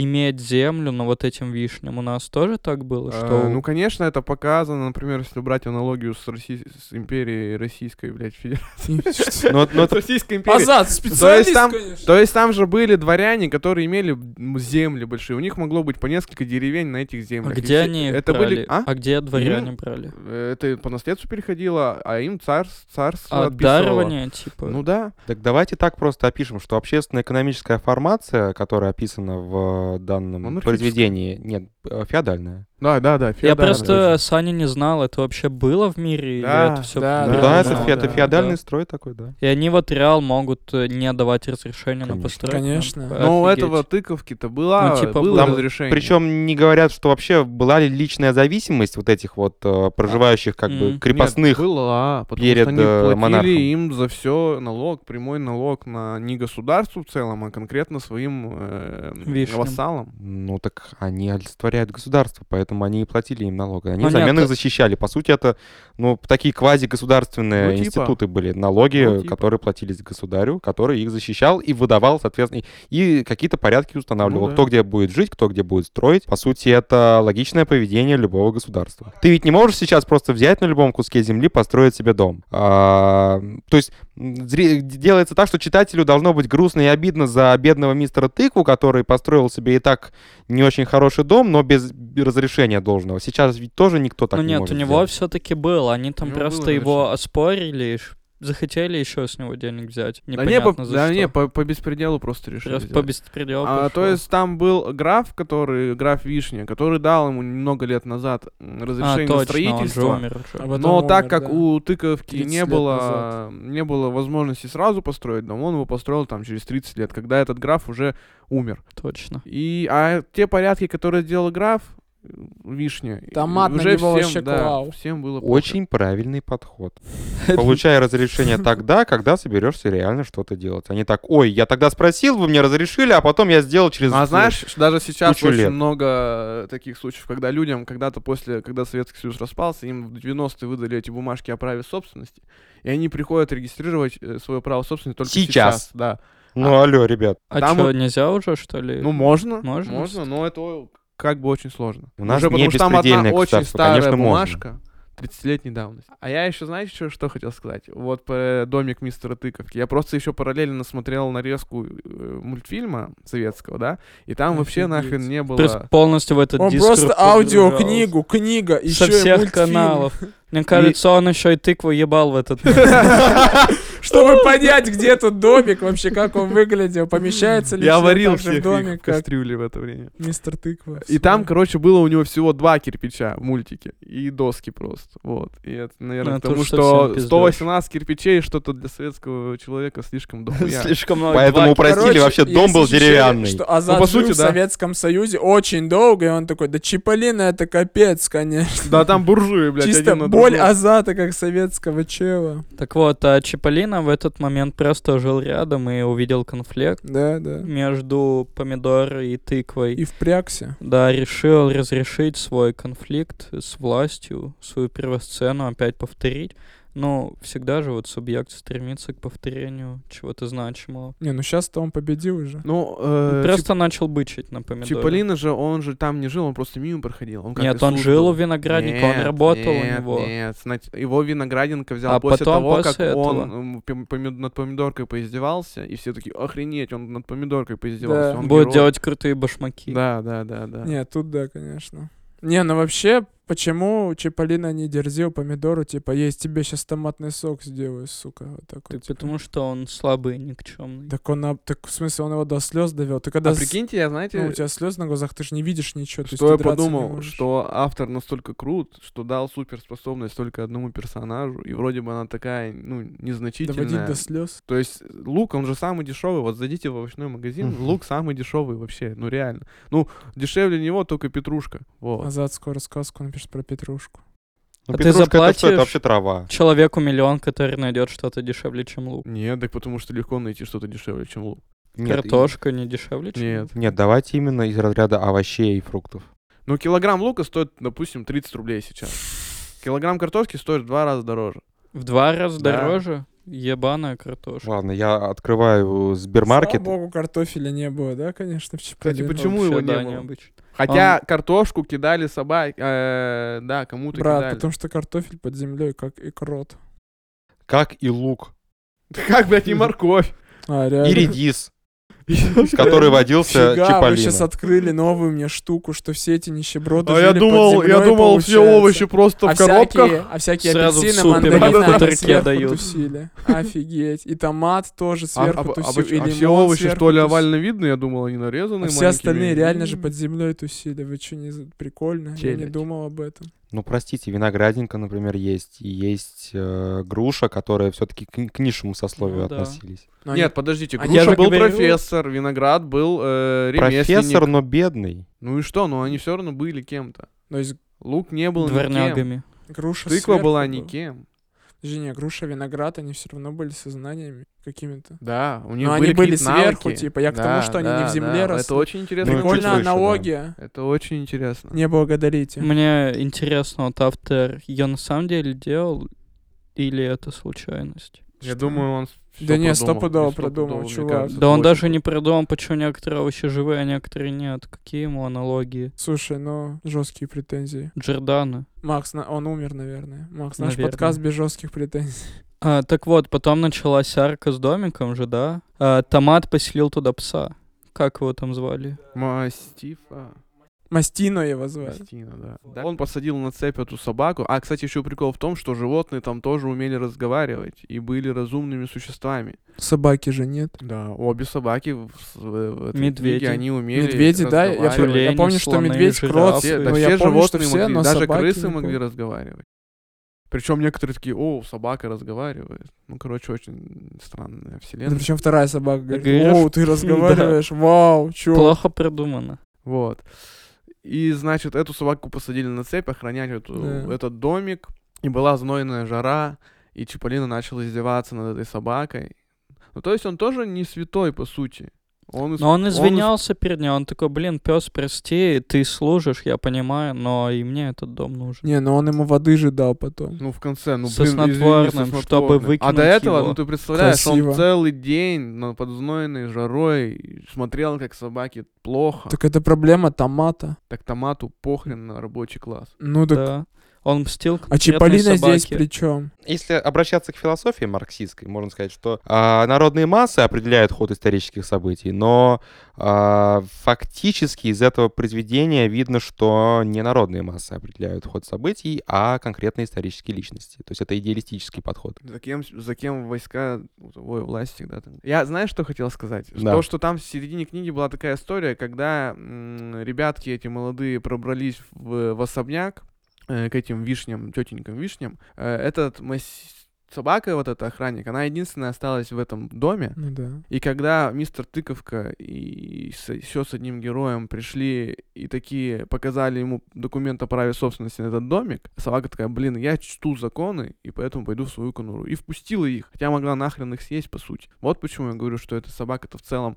S4: иметь землю на вот этим вишням? У нас тоже так было, что...
S2: Э, Ну, конечно, это показано, например, если брать аналогию с, Росси- с империей Российской, блядь, Федерации.
S3: Ну, это- ну,
S2: С
S3: это
S2: Российской империей.
S1: Азат, специалист,
S2: там-
S1: конечно.
S2: То есть там же были дворяне, которые имели м, земли большие. У них могло быть по несколько деревень на этих
S4: а
S2: землях. И
S4: где
S2: все-
S4: они их
S2: это
S4: брали?
S2: были-
S4: а?
S2: а?
S4: где дворяне
S2: Им-
S4: брали?
S2: Э, Это по наследству переходило, а им царс- царство отписывало.
S4: А Отдарывание, типа?
S2: Ну да.
S3: Так давайте так просто опишем, что общественно-экономическая формация, которая описана в э, данном
S2: Монархическая.
S3: произведении, нет, э, феодальная.
S2: Да, да, да.
S4: Я
S2: феодально.
S4: просто, Саня, не знал, это вообще было в мире? или
S2: Да,
S4: это все
S1: да,
S3: Да,
S1: Да,
S3: это,
S1: да,
S3: фе- это
S1: да,
S3: феодальный строй такой, да.
S4: И они вот реал могут э, не давать разрешения на
S3: Конечно.
S4: постройку.
S1: Конечно.
S4: Офигеть.
S2: Но у этого тыковки-то была,
S4: Ну, типа,
S2: было
S4: там-
S2: разрешение.
S3: Причем не говорят, что вообще была ли личная зависимость вот этих вот э, проживающих как
S4: Мгм.
S3: бы
S2: Нет,
S3: крепостных.
S2: была, потому
S3: перед,
S2: что они
S3: э,
S2: платили
S3: монархом.
S2: им за все налог, прямой налог на не государству в целом, а конкретно своим э,
S4: Вишням.
S2: вассалам.
S3: Ну так они олицетворяют государство, поэтому они и платили им налоги. Они
S4: Понятно.
S3: взамен их защищали. По сути, это ну, такие квази-государственные
S2: Ну, типа.
S3: институты были. Налоги,
S2: Ну, типа.
S3: которые платились государю, который их защищал и выдавал, соответственно, и и какие-то порядки устанавливал.
S2: Ну да.
S3: Кто где будет жить, кто где будет строить. По сути, это логичное поведение любого государства. Ты ведь не можешь сейчас просто взять на любом куске земли, построить себе дом. А, то есть м, зре- делается так, что читателю должно быть грустно и обидно за бедного мистера Тыкву, который построил себе и так не очень хороший дом, но без разрешения должного. Сейчас ведь тоже никто так
S4: ну
S3: не
S4: нет,
S3: может
S4: у него
S3: сделать.
S4: все-таки было. Они там
S2: У него
S4: просто
S2: было
S4: его
S2: разрешение.
S4: оспорили, и ш- захотели еще с него денег взять.
S2: Да не, по,
S4: Непонятно за
S2: да
S4: что.
S2: не, по, по беспределу просто решили.
S4: Раз по
S2: сделать.
S4: беспределу
S2: А,
S4: пошло.
S2: то есть там был граф, который граф Вишня, который дал ему много лет назад м,
S4: а,
S2: разрешение на
S4: точно, он же
S2: строительство.
S4: умер уже.
S1: А потом
S2: но так
S1: умер,
S2: как
S1: да.
S2: у тыковки
S1: 30
S2: не
S1: лет
S2: было,
S1: назад.
S2: не было возможности сразу построить дом, он его построил там через 30 лет, когда этот граф уже умер.
S4: Точно.
S2: И, а те порядки, которые сделал граф, э, Вишня, э,
S1: Томат на
S2: уже
S1: него
S2: всем,
S1: вообще
S2: да,
S1: клал.
S2: всем было похер.
S3: Очень правильный подход. Получай разрешение тогда, когда соберешься реально что-то делать. Они так, ой, я тогда спросил, вы мне разрешили, а потом я сделал через...
S2: А знаешь, ш- даже сейчас
S3: кучу
S2: очень
S3: лет.
S2: много э, таких случаев, когда людям когда-то после, когда Советский Союз распался, им в 90-е выдали эти бумажки о праве собственности, и они приходят регистрировать э, свое право собственности только
S3: Сейчас.
S2: сейчас. да.
S3: Ну, алло, ребят.
S4: А
S2: там
S4: что,
S2: вот-
S4: нельзя уже, что
S3: Э,
S4: ли?
S2: Ну, можно.
S4: Можно
S2: но это о, как бы очень сложно.
S3: У нас
S2: Уже
S3: не
S2: потому что там одна
S3: беспредельное
S2: очень
S3: государство,
S2: старая
S3: конечно, можно.
S2: бумажка. 30-летней давности. А я еще, знаете, что, что хотел сказать? Вот про э, домик мистера Тыковки. Я просто еще параллельно смотрел нарезку э, мультфильма советского, да? И там вообще
S1: Офигеть.
S2: нахрен не было...
S4: То есть полностью в этот
S1: Он
S4: диск
S1: просто
S4: погружался.
S1: аудиокнигу, книга, еще
S4: Со всех каналов. Мне кажется, он еще и тыкву ебал в этот момент.
S1: чтобы понять, где тут домик вообще, как он выглядел, помещается ли
S2: Я
S1: все
S2: варил
S1: так же
S2: всех
S1: в
S2: их
S1: доме,
S2: в
S1: как
S2: кастрюле в это время.
S1: мистер Тыква.
S2: И
S1: всё.
S2: там, короче, было у него всего два кирпича в мультике. И доски просто. Вот. И это, наверное,
S4: Ну, это
S2: потому
S4: уж совсем
S2: что
S4: пиздёж.
S2: 118 кирпичей что-то для советского человека слишком дохуя.
S4: Слишком много.
S3: Поэтому
S4: два
S3: упростили,
S1: Короче,
S3: вообще
S1: есть
S3: дом был
S1: ощущение,
S3: деревянный.
S1: Что Азат
S2: Ну, по
S1: жил
S2: сути,
S1: в
S2: да.
S1: Советском Союзе очень долго, и он такой, да Чиполлино это капец, конечно.
S2: Да там буржуи, блядь,
S1: Чисто
S2: один на
S1: боль
S4: а
S2: другом.
S1: Азата, как советского чела.
S4: Так вот, а Чиполлино в этот момент просто жил рядом и увидел конфликт
S1: Да, да.
S4: между помидорой и тыквой.
S1: И впрягся.
S4: Да, решил разрешить свой конфликт с властью, свою первосцену опять повторить. Но всегда же вот субъект стремится к повторению чего-то значимого.
S1: Не, ну сейчас-то он победил уже.
S2: Ну, э,
S4: Просто начал бычить на помидоре.
S2: Чиполлино же, он же там не жил, он просто мимо проходил. Он как
S4: Нет,
S2: и
S4: он
S2: слух
S4: жил
S2: был.
S4: у виноградника, он
S2: Нет,
S4: работал
S2: нет,
S4: у него.
S2: Нет, знаете, его виноградинка взял
S4: А
S2: после
S4: потом,
S2: того, как
S4: после
S2: он
S4: этого.
S2: м, пом- помид- над помидоркой поиздевался, и все такие, охренеть, он над помидоркой поиздевался.
S1: Да.
S2: он
S4: Будет
S2: герой».
S4: делать крутые башмаки.
S2: Да, да, да, да.
S1: Не, тут да, конечно. Не, ну вообще, почему Чиполлино не дерзил помидору, типа, есть тебе сейчас томатный сок сделаю, сука, вот так
S4: Так
S1: вот, типа.
S4: потому что он слабый и никчемный.
S1: Так он, на- так в смысле, он его до слез довел. Ты когда
S2: А
S1: с-
S2: прикиньте, я, знаете,
S1: ну, у тебя слез на глазах, ты же не видишь ничего. то есть
S2: что
S1: ты
S2: я
S1: драться не
S2: подумал,
S1: можешь.
S2: что автор настолько крут, что дал суперспособность только одному персонажу, и вроде бы она такая, ну,
S1: доводить
S2: незначительная.
S1: до слез.
S2: То есть лук, он же самый дешевый. Вот зайдите в овощной магазин,
S3: Мгм.
S2: лук самый дешевый вообще, ну реально. Ну, дешевле него только петрушка. Вот.
S1: Назад скоро сказку напишет про Петрушку.
S3: Ну,
S4: А ты
S3: петрушка это всё,
S4: заплатишь?
S3: это вообще трава.
S4: Человеку миллион, который найдет что-то дешевле, чем лук.
S2: Нет, так потому что легко найти что-то дешевле, чем лук.
S3: Нет, и-
S4: Картошка не дешевле, чем
S2: Нет.
S3: Нет, давайте именно из разряда овощей и фруктов.
S2: Ну, килограмм лука стоит, допустим, 30 рублей сейчас. Килограмм картошки стоит в два раза дороже.
S4: В два раза
S2: Да.
S4: дороже ебаная картошка.
S3: Ладно, я открываю Сбермаркет.
S1: Слава богу, картофеля не было, да, конечно, в
S2: Кстати,
S1: Чиполлино.
S2: почему его не
S4: да,
S2: было?
S4: необычно.
S1: А
S2: Хотя картошку кидали собаки. э, да, кому-то
S1: Брат,
S2: кидали.
S1: потому что картофель под землей, как и крот.
S3: Как и лук.
S2: Да Как, блядь, не морковь?
S1: А, реально.
S3: И редис, который водился
S1: Фига, вы сейчас
S3: Чиполлино.
S1: открыли новую мне штуку, что все эти нищеброды
S2: А я
S1: жили под
S2: думал, я
S1: землёй,
S2: думал, все
S1: получается.
S2: овощи просто
S1: а
S2: в коробках.
S1: Всякие, а всякие
S4: Сразу в
S1: апельсины,
S4: супе
S1: мандарины
S2: потом
S1: они
S4: тарелке
S1: сверху
S4: дают.
S1: тусили. Офигеть. И томат тоже
S2: А-
S1: сверху
S2: а- а
S1: тусил.
S2: поч-
S1: и
S2: а
S1: лимон
S2: все овощи,
S1: сверху
S2: что ли,
S1: тусил.
S2: овально видно, я думал, они нарезаны.
S1: А все
S2: маленькими.
S1: остальные реально же
S2: М.
S1: под землей тусили. Вы что, не... за- Прикольно. Я не
S2: Челядь.
S1: думал об этом.
S3: Ну, простите, виноградинка, например, есть. И есть э, груша, которая все-таки к, к низшему сословию
S4: Ну да.
S3: относились.
S1: Но
S2: Нет, подождите,
S1: А я
S2: Груша
S4: же
S2: был
S4: говорю.
S2: профессор, виноград был э,
S3: Профессор,
S2: ремесленник.
S3: но бедный.
S2: Ну и что, ну они все равно были кем-то.
S1: они- То есть
S2: Лук не был никем.
S4: Дворнягами.
S1: груша
S2: Тыква
S1: сверху
S2: была
S1: была.
S2: никем.
S1: Подожди, не, груша, виноград, они все равно были со знаниями какими-то.
S2: Да, у них
S1: Но
S2: были
S1: они были
S2: какие-то навыки.
S1: сверху, типа, я к тому,
S2: Да,
S1: что они
S2: да,
S1: не в земле
S2: да.
S1: росли.
S2: Это очень интересно.
S3: Ну, чуть
S1: Прикольная
S3: выше, да.
S1: аналогия.
S2: Это очень интересно.
S1: Не благодарите.
S4: Мне интересно, вот автор ее на самом деле делал или это случайность?
S2: Я думаю, он
S1: Да не, стопудово
S2: стопудово
S1: продумал, чувак. Это
S4: да он даже не продумал, почему некоторые овощи живые, а некоторые нет. Какие ему аналогии?
S1: Слушай, ну, жесткие претензии.
S4: Джордана.
S1: Макс, на- он умер, наверное. Макс, наш
S4: Наверное.
S1: подкаст без жестких претензий.
S4: А, так вот, потом началась арка с домиком же, да? А, томат поселил туда пса. Как его там звали?
S2: Мастиф. а,
S1: Мастино его звали.
S2: Мастина, да. Да. Он посадил на цепь эту собаку. А, кстати, еще прикол в том, что животные там тоже умели разговаривать и были разумными существами.
S1: Собаки же нет.
S2: Да, обе собаки в, с- в- в этой
S4: Медведи.
S2: книге, они умели
S1: Медведи, да, я
S2: разговаривать.
S1: помню, я
S4: Олени,
S1: помню, что
S4: слоны,
S1: медведь, крот,
S4: жирафы.
S2: Все, да
S1: но
S2: все
S1: ну, я помню, что
S2: животные
S1: все,
S2: могли,
S1: но
S2: даже
S1: собаки
S2: крысы
S1: не
S2: могли
S1: помню.
S2: разговаривать. Причем некоторые такие, о, собака разговаривает. Ну, короче, очень странная
S1: Да
S2: вселенная.
S1: причем вторая собака говорит,
S4: Говоришь?
S1: «Воу, ты разговариваешь, вау, чё?
S4: Плохо придумано.
S2: Вот. И, значит, эту собаку посадили на цепь охранять эту,
S1: Да.
S2: этот домик. И была знойная жара, и Чиполлино начал издеваться над этой собакой. Ну, то есть он тоже не святой, по сути. Он исп-
S4: Но он
S2: исп-
S4: извинялся перед ней, он такой, блин, пес, прости, ты служишь, я понимаю, но и мне этот дом нужен.
S1: Не, но он ему воды же дал потом.
S2: Ну, в конце, ну, блин,
S4: Со
S2: извини,
S4: снотворным,
S2: со
S4: чтобы
S2: снотворным. А
S4: выкинуть
S2: до этого,
S4: его.
S2: ну, ты представляешь,
S1: Красиво.
S2: он целый день на подзнойной жарой смотрел, как собаке
S4: А.
S2: плохо. Так,
S1: Так это проблема томата.
S2: томату похрен на рабочий класс.
S1: Ну так
S4: Да. Он мстил
S1: А
S4: конкретной
S1: Чиполлино здесь
S4: собаке.
S1: при чем?
S3: Если обращаться к философии марксистской, можно сказать, что а, народные массы определяют ход исторических событий, но а, фактически из этого произведения видно, что не народные массы определяют ход событий, а конкретные исторические личности. То есть это идеалистический подход.
S2: За кем, с- за кем войска ну, ой, власти, да, там. Я знаешь, что хотел сказать?
S3: Да.
S2: То, что там в середине книги была такая история, когда м, ребятки эти молодые пробрались в, в особняк э, к этим вишням, тетенькам вишням. Э, этот мас- собака, вот эта охранник, она единственная осталась в этом доме.
S1: Ну да.
S2: И когда мистер Тыковка и еще с одним героем пришли и такие показали ему документ о праве собственности на этот домик, собака такая, блин, я чту законы, и поэтому пойду в свою конуру. И впустила их, хотя могла нахрен их съесть, по сути. Вот почему я говорю, что эта собака-то в целом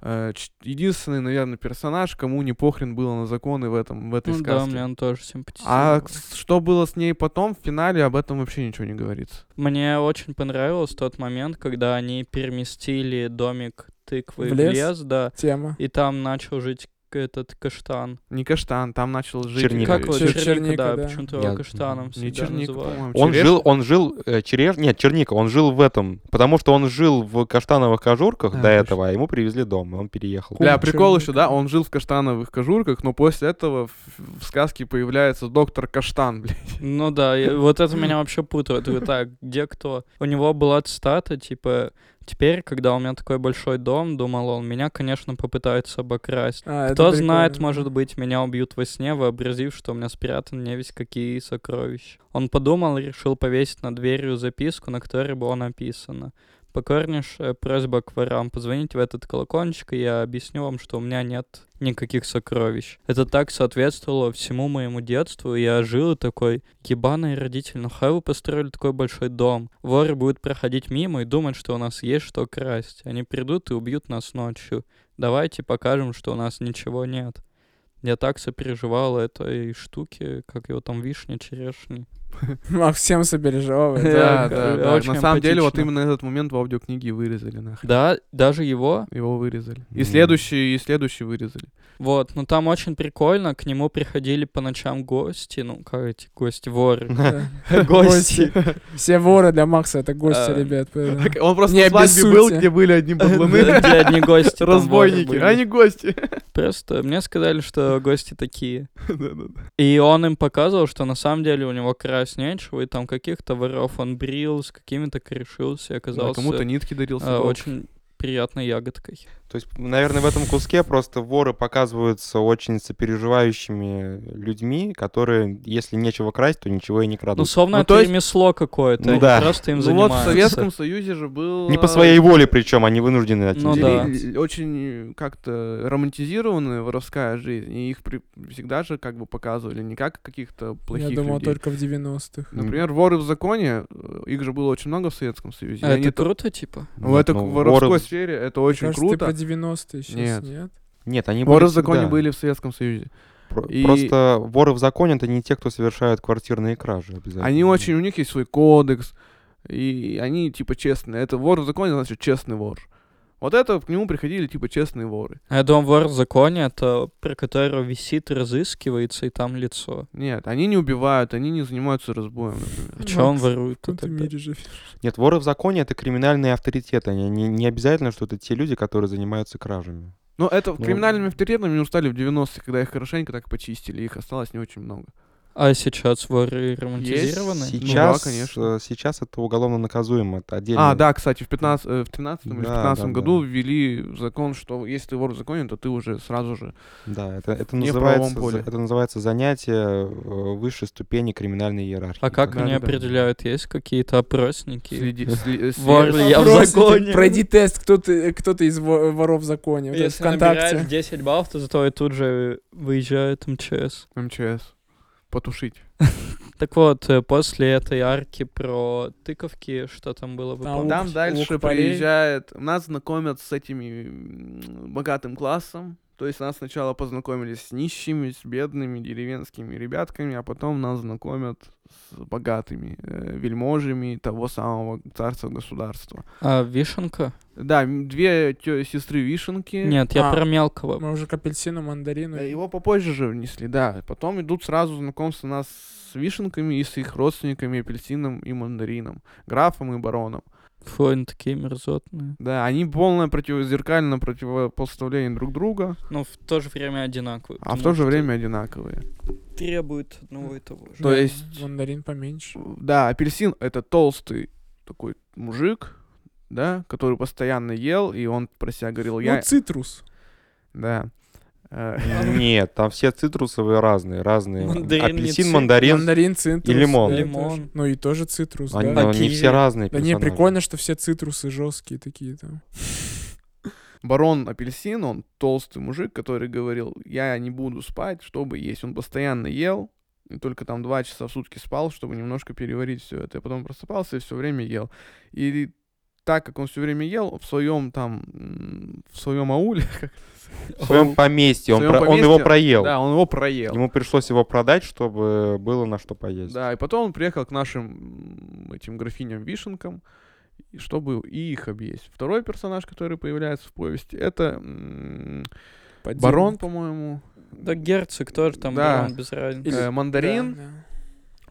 S2: э, ч- единственный, наверное, персонаж, кому не похрен было на законы в, этом, в этой
S4: Ну да,
S2: сказке.
S4: мне он тоже симпатизировал.
S2: А с- что было с ней потом в финале, об этом вообще ничего не говорится.
S4: Мне очень понравился тот момент, когда они переместили домик тыквы
S1: В
S4: в
S1: лес?
S4: лес, да,
S1: Тема.
S4: и там начал жить к- этот каштан.
S2: Не каштан, там начал жить...
S3: Черника.
S2: э,
S4: Как его?
S1: Чер-
S4: Черника,
S1: черника,
S4: да,
S1: да.
S4: почему-то
S3: Я-
S4: его каштаном всегда
S2: Не черника,
S4: называют.
S2: по-моему,
S3: Он
S2: черешня.
S3: жил, он жил э, череш... Нет, черника, он жил в этом, потому что он жил в каштановых кожурках
S2: А,
S3: до
S2: точно.
S3: этого, а ему привезли дом, и он переехал.
S1: Кум
S2: Бля, прикол
S1: черника.
S2: еще, да, он жил в каштановых кожурках, но после этого в, в сказке появляется доктор Каштан, блядь.
S4: Ну да, и вот это меня вообще путает. Вы так, где кто? У него была цитата, типа, «Теперь, когда у меня такой большой дом, — думал он, — меня, конечно, попытаются обокрасть.
S1: А, это
S4: Кто знает,
S1: прикольно.
S4: может быть, меня убьют во сне, вообразив, что у меня спрятан не весь какие сокровища. Он подумал и решил повесить над дверью записку, на которой было написано. Покорнейшая просьба к ворам. Позвоните в этот колокольчик, и я объясню вам, что у меня нет никаких сокровищ. Это так соответствовало всему моему детству. и Я жил и такой, ебаные родители, ну хай вы построили такой большой дом. Воры будут проходить мимо и думать, что у нас есть что красть. Они придут и убьют нас ночью давайте покажем, что у нас ничего нет. Я так сопереживал этой штуке, как его там вишня, черешни.
S1: Макс всем сопереживает.
S4: Да, да,
S2: На
S4: очень
S2: самом деле, вот
S4: эмпатично.
S2: именно этот момент в аудиокниге вырезали, нахрен.
S4: Да, даже его.
S2: Его вырезали. И
S3: М.
S2: следующий, и следующий вырезали.
S4: Вот, но там очень прикольно, к нему приходили по ночам гости, ну, как эти гости, воры.
S1: Да.
S4: Гости.
S1: Все воры для Макса это гости,
S4: А,
S1: ребят. поэтому.
S2: Так Он просто
S1: Не
S2: на свадьбе
S1: обессудьте.
S2: был, где были одни
S4: Да, где
S2: бабланы,
S4: одни гости, там воры
S2: разбойники,
S4: были.
S2: а не гости.
S4: Просто мне сказали, что гости такие.
S2: Да-да-да.
S4: И он им показывал, что на самом деле у него красть нечего, и там каких-то воров он брил, с какими-то корешился, и
S2: Да,
S4: оказался
S2: Кому-то нитки дарил
S4: э,
S2: Соколов.
S4: очень приятной ягодкой.
S3: То есть, наверное, в этом куске просто воры показываются очень сопереживающими людьми, которые, если нечего красть, то ничего и не
S4: Ну,
S3: крадут.
S4: словно
S2: Ну,
S4: это
S2: то есть-
S4: ремесло какое-то,
S3: Ну
S4: они
S3: да.
S4: просто им
S2: Ну вот в
S4: занимаются.
S2: Советском Союзе же был...
S3: не по
S2: э,
S3: своей воле причем, они вынуждены этим
S4: Ну да.
S3: делиться.
S2: Дели- очень э, как-то романтизированная воровская жизнь, и их при- всегда же как бы показывали не как каких-то плохих
S1: Я думал,
S2: людей.
S1: только в 90-х.
S2: Например, воры в законе, э, их же было очень много в Советском Союзе.
S4: А
S2: и они
S4: это
S2: то-
S4: круто, типа?
S2: В этой
S3: ну,
S2: воровской
S3: воры-
S2: сфере это очень
S1: Кажется,
S2: круто.
S1: ты про 90-е сейчас,
S2: Нет.
S1: нет?
S3: Нет, они
S2: Воры
S3: были
S2: в законе
S3: всегда.
S2: были в Советском Союзе.
S3: Про-
S2: и-
S3: Просто воры в законе — это не те, кто совершают квартирные кражи обязательно.
S2: Они очень, у них есть свой кодекс, и они типа честные. Это вор в законе значит честный вор. Вот это к нему приходили типа честные воры.
S4: А Я думаю, вор в законе, это про которого висит, разыскивается, и там лицо. А
S2: Нет, они не убивают, они не занимаются разбоем, например.
S4: В чем
S1: Макс,
S4: воруют?
S1: В каком ты мире живешь?
S3: Нет, воры в законе — это криминальные авторитеты. Они не, не обязательно, что это те люди, которые занимаются кражами.
S2: Но это
S3: Ну,
S2: криминальными авторитетами не устали в 90-х, когда их хорошенько так почистили, их осталось не очень много.
S4: А сейчас воры
S2: Ну
S4: романтизированы?
S2: да,
S3: Сейчас,
S2: конечно.
S3: э, сейчас это уголовно наказуемо. Это отдельно.
S2: А, да, кстати, в 15, э, в 13 или в
S3: Да,
S2: 15
S3: да,
S2: году
S3: да.
S2: ввели в закон, что если ты вор в законе, то ты уже сразу же
S3: Да, это, это,
S2: Не в правовом
S3: называется,
S2: поле.
S3: это называется занятие э, высшей ступени криминальной иерархии.
S4: А как
S2: Да,
S4: они
S2: да, да.
S4: определяют? Есть какие-то опросники?
S2: следи... сли- э,
S4: Вор
S2: сли-
S4: Я в
S1: Просто
S4: законе.
S1: ты Пройди тест, кто ты, кто ты из во- воров в законе. Вот это ВКонтакте.
S4: 10 баллов, то зато и тут же выезжает МЧС.
S2: МЧС потушить.
S4: Так вот, э, после этой арки про тыковки, что там было бы?
S1: Там
S4: помните?
S2: Там
S1: лук
S2: дальше
S1: полей.
S2: приезжает, нас знакомят с этими м, богатым классом, То есть нас сначала познакомили с нищими, с бедными деревенскими ребятками, а потом нас знакомят с богатыми э, вельможами того самого царства-государства.
S4: А вишенка?
S2: Да, м, две тё- сестры Вишенки.
S4: Нет, я
S1: А.
S4: про мелкого.
S1: Мы уже к апельсину, мандарину.
S2: Э, Его попозже же внесли, да. Потом идут сразу знакомства нас с вишенками и с их родственниками апельсином и мандарином, графом и бароном.
S4: Фу, они такие мерзотные.
S2: Да, они полное противозеркально противопоставление друг друга,
S4: Но Ну, в то же время одинаковые.
S2: а в
S4: потому
S2: то же
S4: что
S2: время одинаковые.
S4: Требуют одного и того же.
S2: то
S1: Да,
S2: есть-
S1: Мандарин поменьше.
S2: Да, апельсин это толстый такой мужик, да, который постоянно ел, и он про себя говорил, я...
S1: Ну, цитрус.
S2: Да. Э,
S3: Нет, там все цитрусовые разные, разные.
S4: Мандарин не
S3: Апельсин,
S4: цит-
S3: мандарин.
S1: Мандарин, цитрус.
S3: и лимон.
S1: да,
S4: Лимон.
S1: тоже. Ну и тоже цитрус,
S3: Они,
S1: да.
S3: но не
S4: Киви.
S3: все разные
S1: Да не,
S3: персонажи.
S1: прикольно, что все цитрусы жесткие такие там.
S2: Барон Апельсин, он толстый мужик, который говорил, я не буду спать, чтобы есть. Он постоянно ел, и только там два часа в сутки спал, чтобы немножко переварить все это. Я потом просыпался и все время ел. И так как он все время ел, в своем там, м, в своем ауле, как
S3: В своем поместье,
S2: В
S3: он,
S2: своём
S3: про- он
S2: поместье,
S3: его проел.
S2: да, он его проел.
S3: Ему пришлось его продать, чтобы было на что поесть.
S2: Да, и потом он приехал к нашим м, этим графиням Вишенкам, и чтобы и их объесть. Второй персонаж, который появляется в повести, это м,
S1: Подземный.
S2: барон, по-моему,
S4: Да герцог тоже там
S2: Да.
S4: барон, без разницы.
S1: Или-
S2: э,
S1: Да,
S2: мандарин.
S1: да.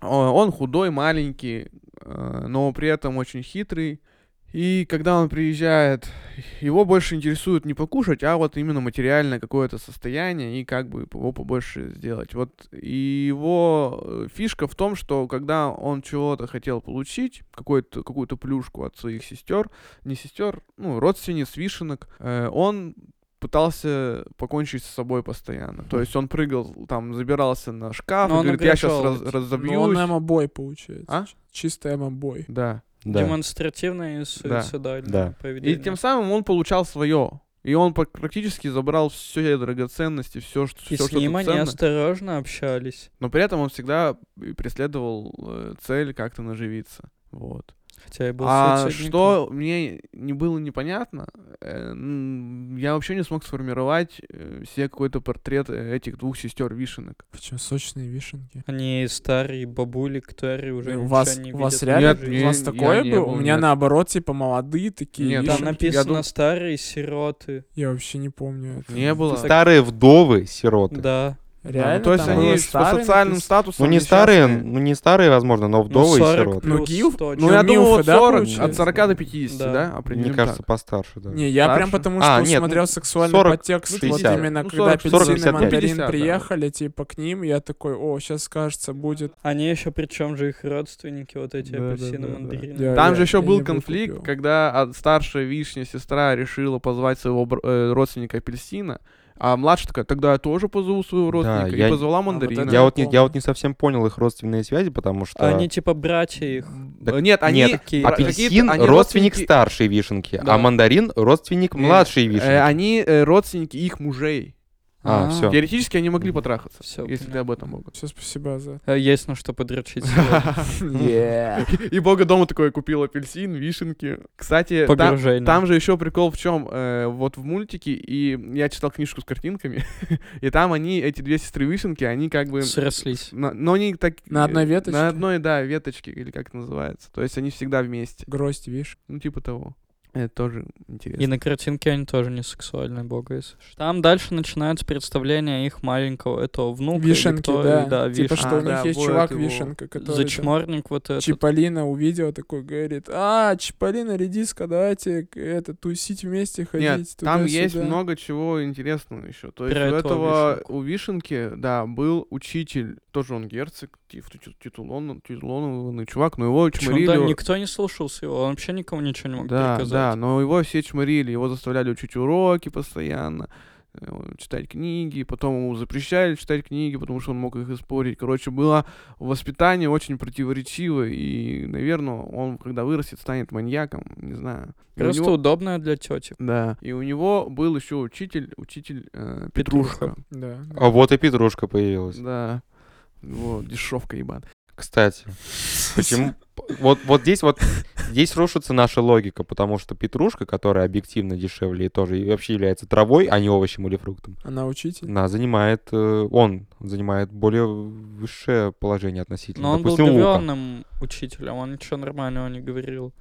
S2: О, Э, Он худой, маленький, э, но при этом очень хитрый. И когда он приезжает, его больше интересует не покушать, а вот именно материальное какое-то состояние и как бы его побольше сделать. Вот и его э, фишка в том, что когда он чего-то хотел получить, какую-то какую-то плюшку от своих сестер, не сестер, ну родственниц вишенок, э, он пытался покончить с собой постоянно. То есть он прыгал, там забирался на шкаф,
S4: Но
S2: и
S4: он
S2: говорит, я сейчас
S4: ограничивал эти-
S2: разобьюсь.
S1: Ну, он эмобой получается.
S2: А?
S1: Чистый эмобой.
S2: Да.
S3: Да.
S4: ну, Демонстративное и суицидальное
S3: Да.
S2: И
S4: поведение.
S2: тем самым он получал свое. И он пак- практически забрал все драгоценности, все, что,
S4: И
S2: всё,
S4: с
S2: что
S4: ним
S2: тут
S4: они
S2: ценно.
S4: осторожно общались.
S2: Но при этом он всегда и преследовал э, цель как-то наживиться. Вот.
S4: Хотя и был
S2: а
S4: суицидником.
S2: что мне не было непонятно, э, м, я вообще не смог сформировать э, себе какой-то портрет э, этих двух сестер вишенок.
S1: Причем сочные вишенки.
S4: Они старые бабули, которые уже
S1: Ну, у
S4: ничего
S1: вас,
S4: не
S1: у вас
S4: видят.
S1: реально
S2: Нет, не-
S1: у вас
S2: я
S1: такое
S2: не
S1: было?
S2: был,
S1: у меня
S2: нет.
S1: наоборот, типа, молодые такие
S2: Нет,
S4: Там
S1: вишенки.
S2: Я
S4: написано
S2: дум-
S4: старые сироты.
S1: Я вообще не помню это.
S2: Не было.
S3: Старые вдовы, сироты.
S4: Да.
S1: Реально?
S2: Ну, то есть
S1: там
S2: они
S1: было
S2: с- по
S1: старые
S2: социальным
S1: написано?
S2: статусам
S3: Ну не старые, ну не старые, возможно, но
S4: Ну,
S3: вдовы
S4: 40
S3: и сироты.
S1: Ну,
S4: плюс
S1: гиф-
S4: точно.
S2: Ну, я
S1: Ну,
S2: думал,
S1: мифы,
S2: от
S1: да,
S2: 40, от
S1: получается?
S2: 40 до 50,
S4: Да.
S2: да? определим
S3: Мне
S2: так.
S3: кажется, постарше, да.
S1: Не, я прям
S2: Старше?
S1: потому что
S3: А, нет,
S1: смотрел
S3: ну,
S1: сексуальный
S3: 40,
S1: подтекст, вот
S3: 60.
S1: именно
S2: Ну,
S1: когда
S2: 40, 40,
S1: апельсин и
S3: 55.
S1: мандарин
S2: 50, да.
S1: приехали, типа, к ним, я такой, о, сейчас, кажется, будет.
S4: Они еще причем же их родственники, вот эти
S2: Да-да-да-да.
S4: апельсины, мандарины.
S1: Я-
S2: Там
S1: я-
S2: же еще
S1: я не
S2: был
S1: выкупил.
S2: конфликт, когда а, старшая вишня сестра решила позвать своего бр- э, родственника апельсина, а младшая такая, тогда я тоже позову своего
S3: Да,
S2: родственника.
S3: я-
S2: и позвала
S1: вот
S2: мандарина.
S1: это
S3: Я вот, не,
S1: помню.
S3: я вот не совсем понял их родственные связи, потому что...
S4: Они типа братья их.
S3: Так
S2: Э, Нет, они...
S3: нет,
S2: какие-
S3: Апельсин
S2: какие-то- они
S3: родственник
S2: родственники-
S3: старшей вишенки,
S2: Да.
S3: а мандарин родственник
S2: Не,
S3: младшей
S2: э,
S3: вишенки.
S2: Они э, родственники их мужей.
S3: А,
S4: А.
S3: все.
S2: Теоретически они могли потрахаться,
S4: Всё,
S2: если ты
S4: понятно.
S2: об этом мог.
S1: Все, спасибо за
S4: Э, Есть на что подрочить. сегодня.
S2: И бога дома такой купил апельсин, вишенки. Кстати, там,
S4: Погружение.
S2: Там же еще прикол в чем? вот в мультике, и я читал книжку с картинками, и там они, эти две сестры вишенки, они как бы...
S4: срослись.
S2: на- но они так...
S1: На одной
S2: э,
S1: веточке?
S2: На одной, да, веточке, или как это называется. То есть они всегда вместе.
S1: гроздь, видишь?
S2: Ну, типа того. Это тоже
S4: И
S2: интересно.
S4: на картинке они тоже не сексуальные, бога если что. Там дальше начинается представление их маленького этого внука. или
S1: Вишенки,
S4: кто,
S1: да.
S4: и, Ну, да
S1: Типа,
S4: вишен-
S1: что у
S2: А, да,
S1: них есть
S2: вот
S1: чувак
S2: его.
S1: вишенка, который... там-
S4: Зачморник вот этот.
S1: Чиполлино увидел такой, говорит, а, Чиполлино, редиска, давайте к- это тусить вместе, ходить
S2: Нет, там
S1: туда-сюда».
S2: есть много чего интересного еще. То есть
S4: Про
S2: у
S4: этого
S2: этого,
S4: Вишенку.
S2: у Вишенки, да, был учитель, тоже он герцог, тиф- титу- титулон- титулованный чувак, но его
S4: Почему, да,
S2: чморили
S4: никто не слушался его, он вообще никому ничего не мог
S2: Да,
S4: приказать.
S2: да, но его все чморили, его заставляли учить уроки постоянно, э, он- читать книги, потом ему запрещали читать книги, потому что он мог их испортить. Короче, было воспитание очень противоречивое, и, наверное, он, когда вырастет, станет маньяком, не знаю. И у
S4: Просто
S2: него-
S4: удобное для тети.
S2: Да, и у него был еще учитель, учитель э, Петрушка.
S1: Да. да.
S3: А вот и Петрушка появилась.
S2: Да, вот, дешевка, ебан.
S3: Кстати, почему... Вот, вот здесь вот здесь рушится наша логика, потому что петрушка, которая объективно дешевле и тоже и вообще является травой, а не овощем или фруктом,
S1: Она учитель?
S3: она занимает, э, он занимает более высшее положение относительно.
S4: Но он был
S3: Допустим, лука.
S2: э,
S4: говенным учителем, он ничего нормального не говорил.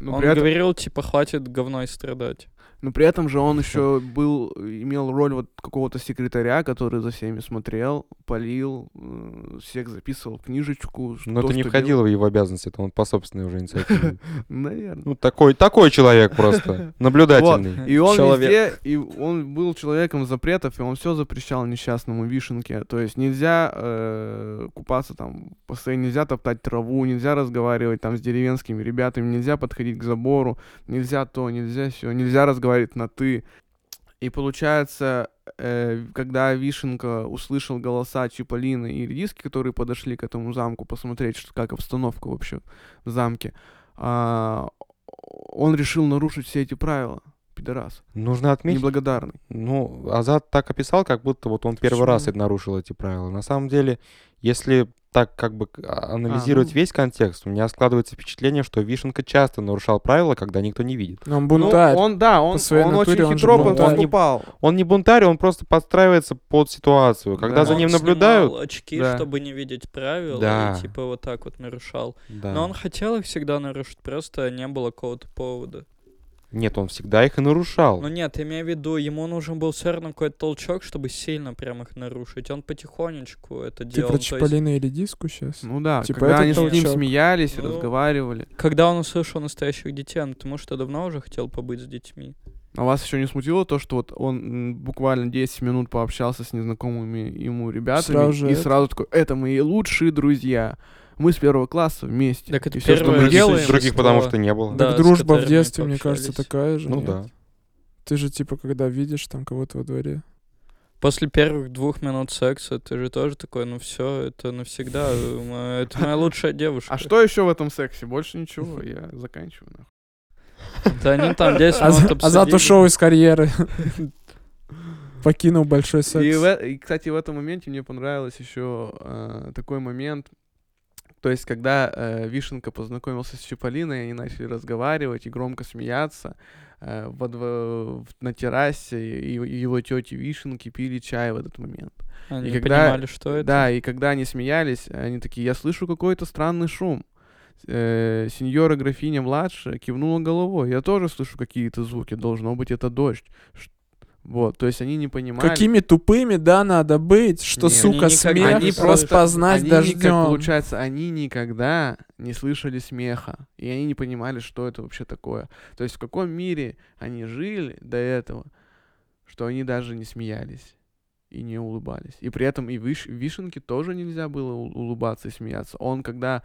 S2: Ну,
S4: он
S2: при этом-
S4: говорил, типа, хватит говной страдать.
S2: Но при этом же он еще был, имел роль вот какого-то секретаря, который за всеми смотрел, полил, э, всех записывал в книжечку. ш-
S3: Но
S2: то,
S3: это не
S2: что
S3: входило в его обязанности, это он по собственной уже инициативе.
S2: делал. Наверное.
S3: Ну, такой, такой человек просто, наблюдательный.
S2: И он
S4: Человек.
S2: везде, и он был человеком запретов, и он все запрещал несчастному вишенке. То есть нельзя э, купаться там в бассейне, нельзя топтать траву, нельзя разговаривать там с деревенскими ребятами, нельзя подходить к забору, нельзя то, нельзя все, нельзя разговаривать на ты. И получается, э, когда Вишенка услышал голоса Чиполлины и редиски, которые подошли к этому замку, посмотреть, что, как обстановка вообще в замке, а, он решил нарушить все эти правила. Пидорас.
S3: Нужно отметить,
S2: Неблагодарный.
S3: Ну, Азат так описал, как будто вот он первый раз это нарушил эти правила. На самом деле, если так как бы к- а- анализировать
S2: ну.
S3: весь контекст, у меня складывается впечатление, что Вишенка часто нарушал правила, когда никто не видит.
S1: Но он
S2: Ну,
S1: бунтарь.
S2: он, да, он,
S1: По своей
S2: он
S1: натуре
S2: очень
S1: он же
S2: хитро
S1: бунтарь.
S2: поступал.
S3: Он не бунтарь, он просто подстраивается под ситуацию. Когда
S2: Да.
S3: за
S4: Он
S3: ним
S4: снимал
S3: наблюдают,
S4: очки,
S2: Да.
S4: чтобы не видеть правила,
S3: Да.
S4: и типа вот так вот нарушал.
S3: да.
S4: Но он хотел их всегда нарушить, просто не было какого-то повода.
S3: нет, он всегда их и нарушал.
S4: Ну нет, я имею в виду, ему нужен был все равно какой-то толчок, чтобы сильно прям их нарушить. Он потихонечку
S1: Ты
S4: это делал.
S1: типа, про
S4: То есть,
S1: Чиполлино и редиску сейчас?
S2: Ну да,
S1: Типа
S2: когда
S1: это
S2: они с ним
S1: толчок.
S2: смеялись, и
S4: Ну.
S2: разговаривали.
S4: когда он услышал настоящих детей, он потому что давно уже хотел побыть с детьми.
S2: А вас еще не смутило то, что вот он м, буквально 10 минут пообщался с незнакомыми ему ребятами
S1: Сразу же
S2: и
S1: это.
S2: сразу такой, это мои лучшие друзья. Мы с первого класса вместе.
S4: Так это
S2: и все, что
S4: первое
S2: мы
S3: Других-
S4: делаем,
S2: делаем.
S3: других, потому
S4: что-
S3: что не было.
S4: Да.
S1: Так
S4: с
S1: дружба в
S4: которыми
S1: детстве, мне кажется,
S4: пообщались.
S1: такая же.
S3: Ну
S1: нет?
S3: да.
S1: Ты же, типа, когда видишь там кого-то во дворе.
S4: После первых двух минут секса ты же тоже такой, ну все, это навсегда, э, м- это моя лучшая девушка.
S2: А что еще в этом сексе? Больше ничего. Я заканчиваю. нахуй.
S4: Да они там 10
S1: Аз-
S4: минут
S1: Азат
S4: обсудили.
S1: ушел из карьеры. Покинул большой
S2: И,
S1: секс.
S2: в э- и, кстати, в этом моменте мне понравилось еще э, такой момент. То есть, когда э, Вишенка познакомился с Чиполлиной, они начали разговаривать и громко смеяться э, во дво- в- на террасе, и, и его тети Вишенки пили чай в этот момент.
S4: Они
S2: И
S4: не
S2: когда-
S4: понимали, что это.
S2: Да, и когда они смеялись, они такие, я слышу какой-то странный шум. Э, сеньора графиня младшая кивнула головой. Я тоже слышу какие-то звуки. Должно быть, это дождь. Ш- Вот, то есть они не понимали.
S1: Какими тупыми, да, надо быть, что,
S2: Нет,
S1: сука,
S4: они никогда
S1: смех
S2: не слышат.
S1: распознать
S2: ну Они никак-
S1: дождем.
S2: получается, они никогда не слышали смеха, и они не понимали, что это вообще такое. То есть в каком мире они жили до этого, что они даже не смеялись и не улыбались. И при этом и виш- Вишенке тоже нельзя было у- улыбаться и смеяться. Он когда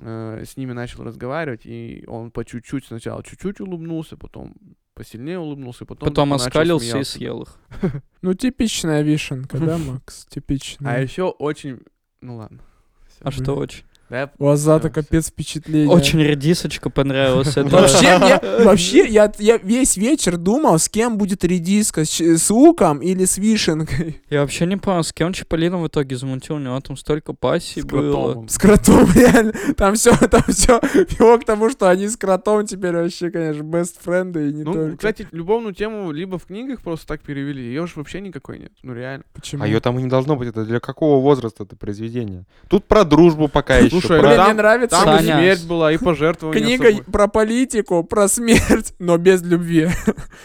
S2: э, с ними начал разговаривать, и он по чуть-чуть сначала чуть-чуть улыбнулся, потом посильнее улыбнулся, потом
S4: Потом
S2: начал
S4: оскалился и
S2: смеяться.
S4: съел их.
S1: Ну, типичная вишенка, да, Макс? Типичная.
S2: А еще очень... Ну ладно.
S4: А что очень?
S2: Да, я
S1: У Азата
S2: Всё, всё.
S1: капец впечатление.
S4: Очень редисочка понравилась. Это
S1: Вообще, мне, вообще я, я весь вечер думал, с кем будет редиска, с, ч- с луком или с вишенкой.
S4: Я вообще не понял, с кем Чиполлино в итоге замутил, у него там столько пассий
S2: с
S4: Типа было.
S2: кротом.
S1: С кротом, реально. Там все, там все вело к тому, что они с кротом теперь вообще, конечно, best френды и не
S2: Ну,
S1: только.
S2: кстати, любовную тему либо в книгах просто так перевели, ее же вообще никакой нет. Ну, реально.
S1: Почему?
S3: А ее там и не должно быть. Это для какого возраста это произведение? Тут про дружбу пока еще.
S2: Слушай,
S3: про-
S1: Блин,
S2: там-
S1: мне нравится
S2: Там и
S4: Саня.
S2: смерть была, и пожертвование.
S1: книга
S2: собой.
S1: про политику, про смерть, но без любви.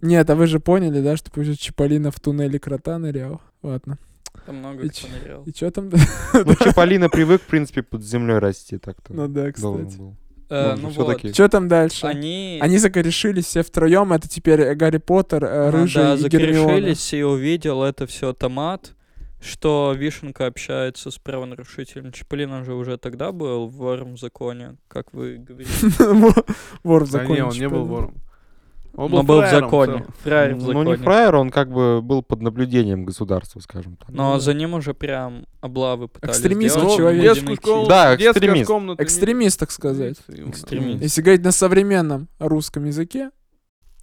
S1: Нет, а вы же поняли, да, что пусть Чиполлино в туннеле крота нырял. Ладно.
S4: Там много
S1: И
S4: кто
S1: чё?
S4: нырял.
S1: И что там?
S3: Ну, Чиполлино привык, в принципе, под землей расти так-то.
S1: Ну да,
S3: Должен
S1: кстати.
S3: был.
S4: Э,
S3: Ну,
S4: Ну вот,
S3: всё-таки.
S1: Что там дальше?
S4: они...
S1: Они закорешились все втроем, это теперь э, Гарри Поттер, э,
S4: а,
S1: Рыжий
S4: да,
S1: и Гермиона.
S4: закрешились, и увидел это все томат, что Вишенка общается с правонарушителем. Чиполлино же уже тогда был вором в законе, как вы говорите.
S1: Вор в
S2: Да не,
S1: законе.
S2: он не был
S1: Чиполлино.
S4: Ну,
S2: вором. Он
S4: Но был в
S2: фраером
S4: законе.
S2: в
S4: Фраер в
S3: Ну, не
S4: законе.
S3: фраер, он как бы был под наблюдением государства, скажем
S2: Ну,
S3: так.
S4: Но за ним уже прям облавы пытались
S1: Экстремизм
S2: целом.
S1: Ну,
S4: сделать.
S1: человек.
S4: Будем
S2: Детскую
S4: идти.
S2: школу,
S3: Да,
S2: детская
S3: экстремист.
S2: комната, не-
S1: Экстремист, так сказать.
S2: Полиция,
S4: Экстремист.
S2: да.
S1: Если говорить на современном русском языке,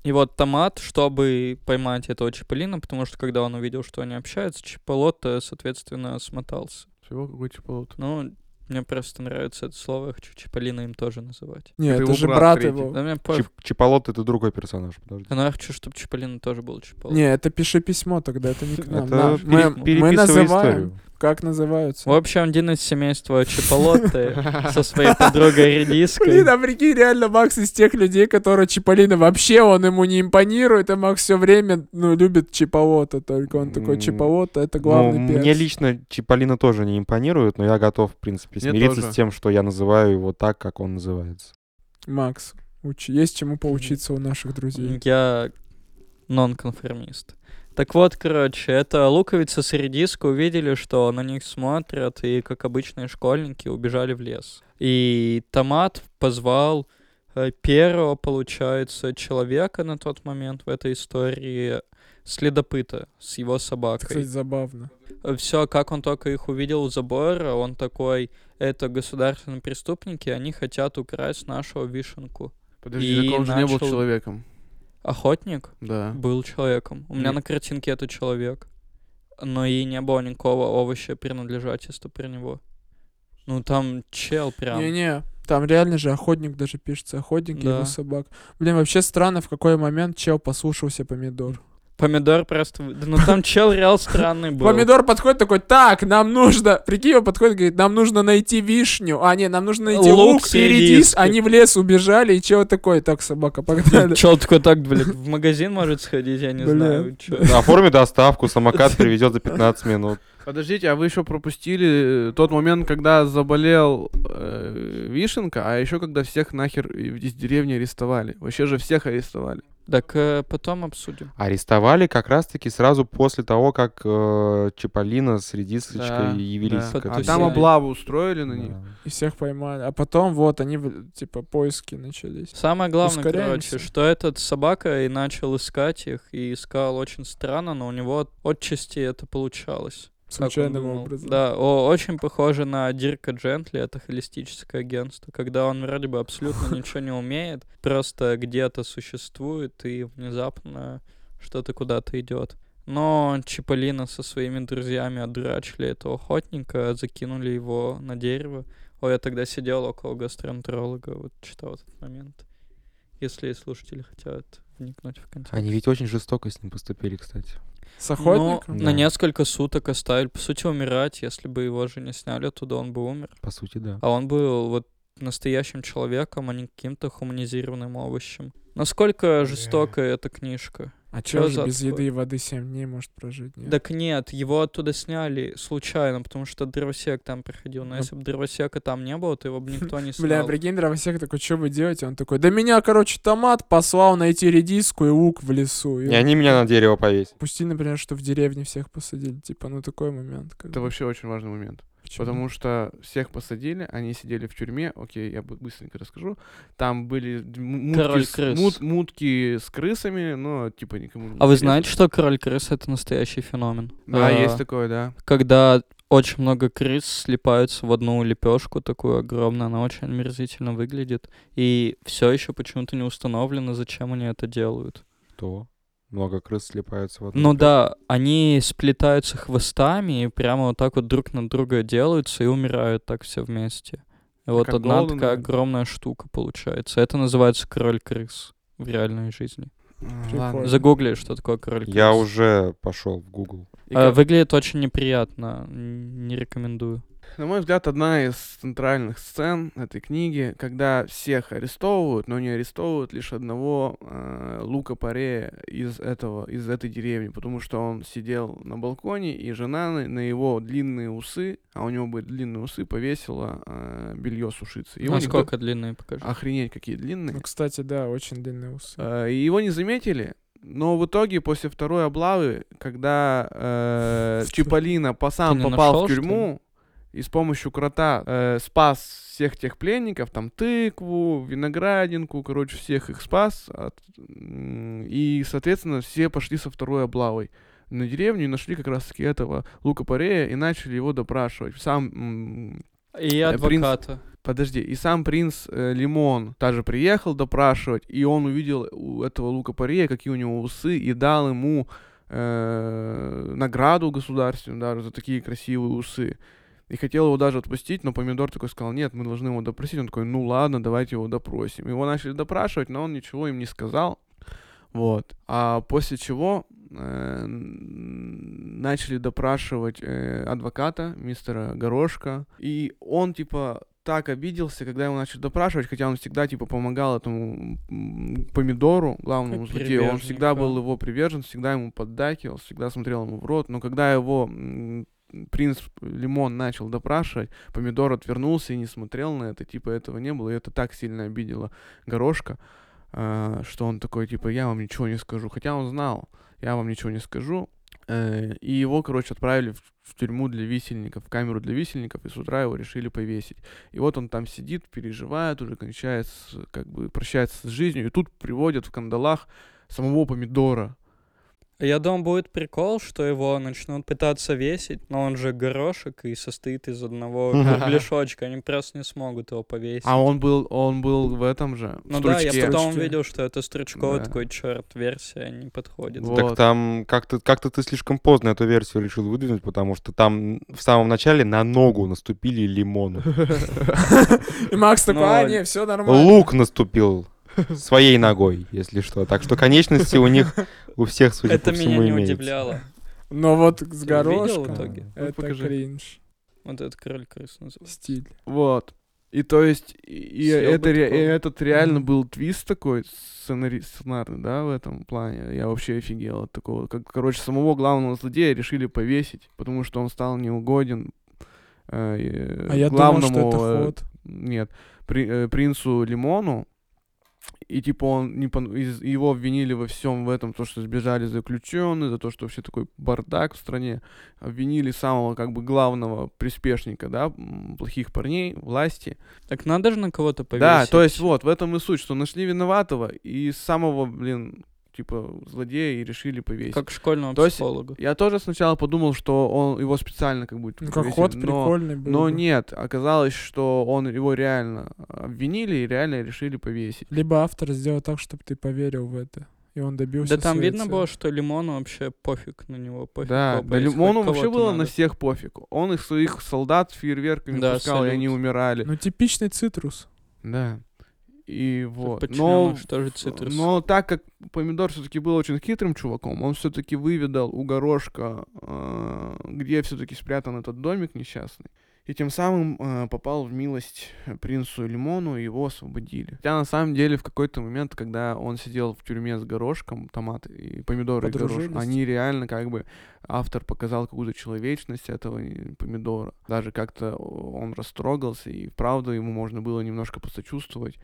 S4: И вот Томат, чтобы поймать этого Чиполлина, потому что когда он увидел, что они общаются, Чиполлот, э, соответственно, смотался.
S2: Чего, какой чипот?
S4: Ну, Мне просто нравится это слово, я хочу Чиполлино им тоже называть.
S1: Нет, это,
S2: Это его
S1: же
S2: брат
S1: брат
S2: третий.
S1: его.
S4: Да мне пофиг.
S3: Чип, Чиполот это другой персонаж, подожди.
S4: Да, Но я хочу, чтобы Чиполлино тоже был Чиполлино.
S1: Не, это пиши письмо тогда, это не к нам.
S3: Это
S1: нам.
S3: пере-
S1: Мы, мы
S3: переписывай
S1: называем,
S3: историю.
S1: как называются.
S4: В общем, один из семейства Чиполлотты со своей подругой
S1: Блин,
S4: редиской.
S1: а прикинь, реально Макс из тех людей, которые Чиполлино вообще, он ему не импонирует, а Макс все время, ну, любит Чиполота, только он такой
S3: М,
S1: Чиполота, это
S3: Ну,
S1: главный
S3: мне
S1: перец».
S3: лично Чиполлино тоже не импонирует, но я готов, в принципе,
S2: Мне
S3: смириться
S2: тоже.
S3: с тем, что я называю его так, как он называется.
S1: Макс, уч- есть чему поучиться у наших друзей.
S4: Я нонконформист. Так вот, короче, это луковица с редиской увидели, что на них смотрят, и, как обычные школьники, убежали в лес. И томат позвал э, первого, получается, человека на тот момент в этой истории, следопыта с его
S1: Это,
S4: собакой.
S1: кстати, забавно.
S4: все, как он только их увидел у забора, он такой, это государственные преступники, они хотят украсть нашу вишенку.
S2: Подожди,
S4: И
S2: так он же не был
S4: начал-
S2: человеком.
S4: Охотник
S2: Да.
S4: был человеком. У меня
S2: Не-
S4: на картинке это человек. Но и не было никакого овоща принадлежательства при него. Ну там чел прям.
S1: Не-не, там реально же охотник даже пишется, охотник и его
S4: Да.
S1: собак. Блин, вообще странно, в какой момент чел послушался помидор.
S4: Помидор просто... вы- Да, ну там чел реал странный был.
S1: Помидор подходит такой, так, нам нужно... Прикинь, он подходит, говорит, нам нужно найти вишню. А, не, нам нужно найти
S4: Лук
S1: лук,
S4: с
S1: и редис.
S4: редиской.
S1: Они в лес убежали, и чел такой, так, собака, погнали.
S4: Чел такой так, блядь, в магазин может сходить, я не
S1: Бля.
S4: знаю. чё.
S3: Оформи доставку, самокат привезет за 15 минут.
S2: Подождите, а вы еще пропустили э, тот момент, когда заболел э, Вишенка, а еще когда всех нахер и- из деревни арестовали. Вообще же всех арестовали.
S4: Так э, потом обсудим.
S3: Арестовали как раз-таки сразу после того, как э, Чиполлино с редисочкой
S2: Да,
S3: явились.
S2: да.
S3: к
S2: А
S3: этому.
S2: там
S4: Потусили.
S2: облаву устроили на
S3: Да.
S2: них.
S1: И всех поймали. А потом вот они, в- типа, поиски начались.
S4: Самое главное,
S1: Ускоряемся.
S4: короче, что этот собака и начал искать их, и искал очень странно, но у него от- отчасти это получалось. как он
S1: Случайным
S4: думал.
S1: образом.
S4: Да, о, очень похоже на Дирка Джентли, это холистическое агентство, когда он вроде бы абсолютно ничего не умеет, просто где-то существует и внезапно что-то куда-то идет. Но Чиполлино со своими друзьями отдурачили этого охотника, закинули его на дерево. Ой, я тогда сидел около гастроэнтеролога, вот читал этот момент. Если слушатели хотят вникнуть в контекст.
S3: Они ведь очень жестоко с ним поступили, кстати.
S1: С охотником?
S4: Ну,
S3: Да.
S4: на несколько суток оставили, по сути, умирать. Если бы его же не сняли оттуда, он бы умер.
S3: По сути, да.
S4: А он был вот настоящим человеком, а не каким-то хуманизированным овощем. Насколько жестокая эта книжка?
S1: А
S4: чё
S1: чел же
S4: за
S1: без
S4: отстой?
S1: еды и воды 7 дней может прожить, нет?
S4: Так нет, его оттуда сняли случайно, потому что дровосек там проходил. Но
S1: Ну.
S4: если бы дровосека там не было, то его бы никто не снял.
S1: Бля, прикинь, дровосек такой, что вы делаете? Он такой, да меня, короче, томат послал найти редиску и лук в лесу. И
S3: И они меня на дерево повесят.
S1: Пусти, например, что в деревне всех посадили. Типа, ну такой момент. как
S2: Это
S1: бы.
S2: вообще очень важный момент.
S1: Почему?
S2: Потому что всех посадили, они сидели в тюрьме. Окей, я бы- быстренько расскажу. Там были д- м- мутки
S4: Король
S2: с,
S4: крыс.
S2: мут- мутки с крысами, но типа никому не
S4: А вы
S2: интересно.
S4: знаете, что король крыс это настоящий феномен?
S2: Да,
S4: А,
S2: есть такое, да.
S4: Когда очень много крыс слипаются в одну лепешку такую огромную, она очень омерзительно выглядит. И все еще почему-то не установлено, зачем они это делают.
S3: Что? Много крыс слипаются в одну.
S4: Ну да, они сплетаются хвостами и прямо вот так вот друг на друга делаются и умирают так все вместе. И вот
S2: как
S4: одна
S2: Голден,
S4: такая
S2: да?
S4: огромная штука получается. Это называется король крыс в реальной жизни.
S2: А,
S1: Прикольно.
S2: ладно.
S4: Загугли, что такое король крыс.
S3: Я уже пошел в Google.
S2: И
S4: Э,
S2: как-
S4: Выглядит очень неприятно, н- не рекомендую.
S2: На мой взгляд, одна из центральных сцен этой книги, когда всех арестовывают, но не арестовывают лишь одного э, Лука Паре из этого, из этой деревни, потому что он сидел на балконе, и жена на, на его длинные усы, а у него были длинные усы, повесила э, белье сушиться. Его никто-
S4: Насколько длинные покажи.
S2: Охренеть, какие длинные.
S1: Ну, кстати, да, очень длинные усы.
S2: Э, И его не заметили. Но в итоге, после второй облавы, когда э,
S1: Что?
S2: Чиполлино по сам
S4: не
S2: попал
S4: нашёл,
S2: в
S4: что ли?
S2: тюрьму и с помощью крота э, спас всех тех пленников, там тыкву, виноградинку, короче, всех их спас. от- м, и, соответственно, все пошли со второй облавой на деревню и нашли как раз-таки этого Лука Парея и начали его допрашивать. Сам м,
S4: И
S2: Э, принц-
S4: адвоката.
S2: Подожди, и сам принц э, Лимон тоже приехал допрашивать, и он увидел у этого Лука Парея, какие у него усы, и дал ему э, награду государственную даже за такие красивые усы. И хотел его даже отпустить, но помидор такой сказал, нет, мы должны его допросить. Он такой, ну ладно, давайте его допросим. Его начали допрашивать, но он ничего им не сказал. Вот. А после чего э, начали допрашивать э, адвоката, мистера Горошка. И он, типа, так обиделся, когда его начали допрашивать, хотя он всегда, типа, помогал этому м, помидору, главному
S4: Как
S2: злодею. Он
S4: приверженник,
S2: всегда был
S4: да.
S2: его привержен, всегда ему поддакивал, всегда смотрел ему в рот. Но когда его м, принц Лимон начал допрашивать, помидор отвернулся и не смотрел на это, типа, этого не было, и это так сильно обидело Горошка, а, что он такой, типа, я вам ничего не скажу. Хотя он знал, я вам ничего не скажу. Э, И его, короче, отправили в, в тюрьму для висельников, в камеру для висельников, и с утра его решили повесить. И вот он там сидит, переживает, уже кончает, с- как бы прощается с жизнью, и тут приводят в кандалах самого помидора.
S4: Я думаю, будет прикол, что его начнут пытаться весить, но он же горошек и состоит из одного кругляшочка. Они просто не смогут его повесить.
S2: А он был, он был в этом же, в
S4: Ну да,
S2: стручке.
S4: я потом
S1: Стручке.
S4: увидел, что это стручковый
S2: Да.
S4: такой черт версия не подходит.
S2: Вот.
S3: Так там как-то как-то ты слишком поздно эту версию решил выдвинуть, потому что там в самом начале на ногу наступили лимону.
S1: И Макс такой, а,
S4: Ну,
S1: не, все нормально.
S3: Лук наступил своей ногой, если что. Так что конечности у них у всех, судя
S4: Это
S3: по всему,
S4: меня не
S3: имеются.
S4: удивляло.
S1: Но вот с
S4: Ты увидел в
S1: горошком
S4: итоге?
S1: это
S2: Ну, покажи.
S1: кринж.
S4: Вот этот король крыс называется.
S1: Стиль.
S2: Вот. И то есть, и, и
S4: Съел бы
S2: это, ре- и
S4: такого.
S2: этот реально
S1: Мгм.
S2: был твист такой сценари- сценарный, да, в этом плане. Я вообще офигел от такого. Как, короче, самого главного злодея решили повесить, потому что он стал неугоден. э, э,
S1: А я думал, что это
S2: главному, э,
S1: ход.
S2: Нет, при- э, принцу Лимону. И типа он не пон- из- его обвинили во всем в этом, то, что сбежали заключенные, за то, что вообще такой бардак в стране. Обвинили самого как бы главного приспешника, да, м, плохих парней, власти.
S4: Так надо же на кого-то повесить.
S2: Да, то есть вот, в этом и суть, что нашли виноватого и самого, блин, типа злодея и решили повесить.
S4: Как школьного
S2: То есть-
S4: психолога.
S2: Я тоже сначала подумал, что он его специально как бы типа,
S1: Ну, как
S2: повесили,
S1: ход
S2: но-
S1: прикольный был.
S2: но
S1: бы.
S2: нет, оказалось, что он его реально обвинили и реально решили повесить.
S1: Либо автор сделал так, чтобы ты поверил в это. И он добился
S4: Да там
S1: своей
S4: видно
S1: цели.
S4: было, что Лимону вообще пофиг на него, пофиг.
S2: Да,
S4: его
S2: да
S4: повесить, хоть
S2: Лимону вообще
S4: кого-то
S2: было на
S4: надо.
S2: всех пофиг. Он их своих солдат фейерверками
S4: Да,
S2: пускал, и они
S4: салют. Ну.
S2: умирали.
S1: Ну, типичный цитрус.
S2: Да. И
S4: Так
S2: вот.
S4: почему?
S2: Но,
S4: Что же цитрус?
S2: но так как помидор все-таки был очень хитрым чуваком, он все-таки выведал у горошка, э, где все-таки спрятан этот домик несчастный. И тем самым э, попал в милость принцу Лимону, и его освободили. Хотя на самом деле в какой-то момент, когда он сидел в тюрьме с горошком, томат и помидоры и горошек,
S1: Подружились.
S2: они реально как бы... Автор показал какую-то человечность этого э, помидора. Даже как-то он растрогался, и правда ему можно было немножко посочувствовать.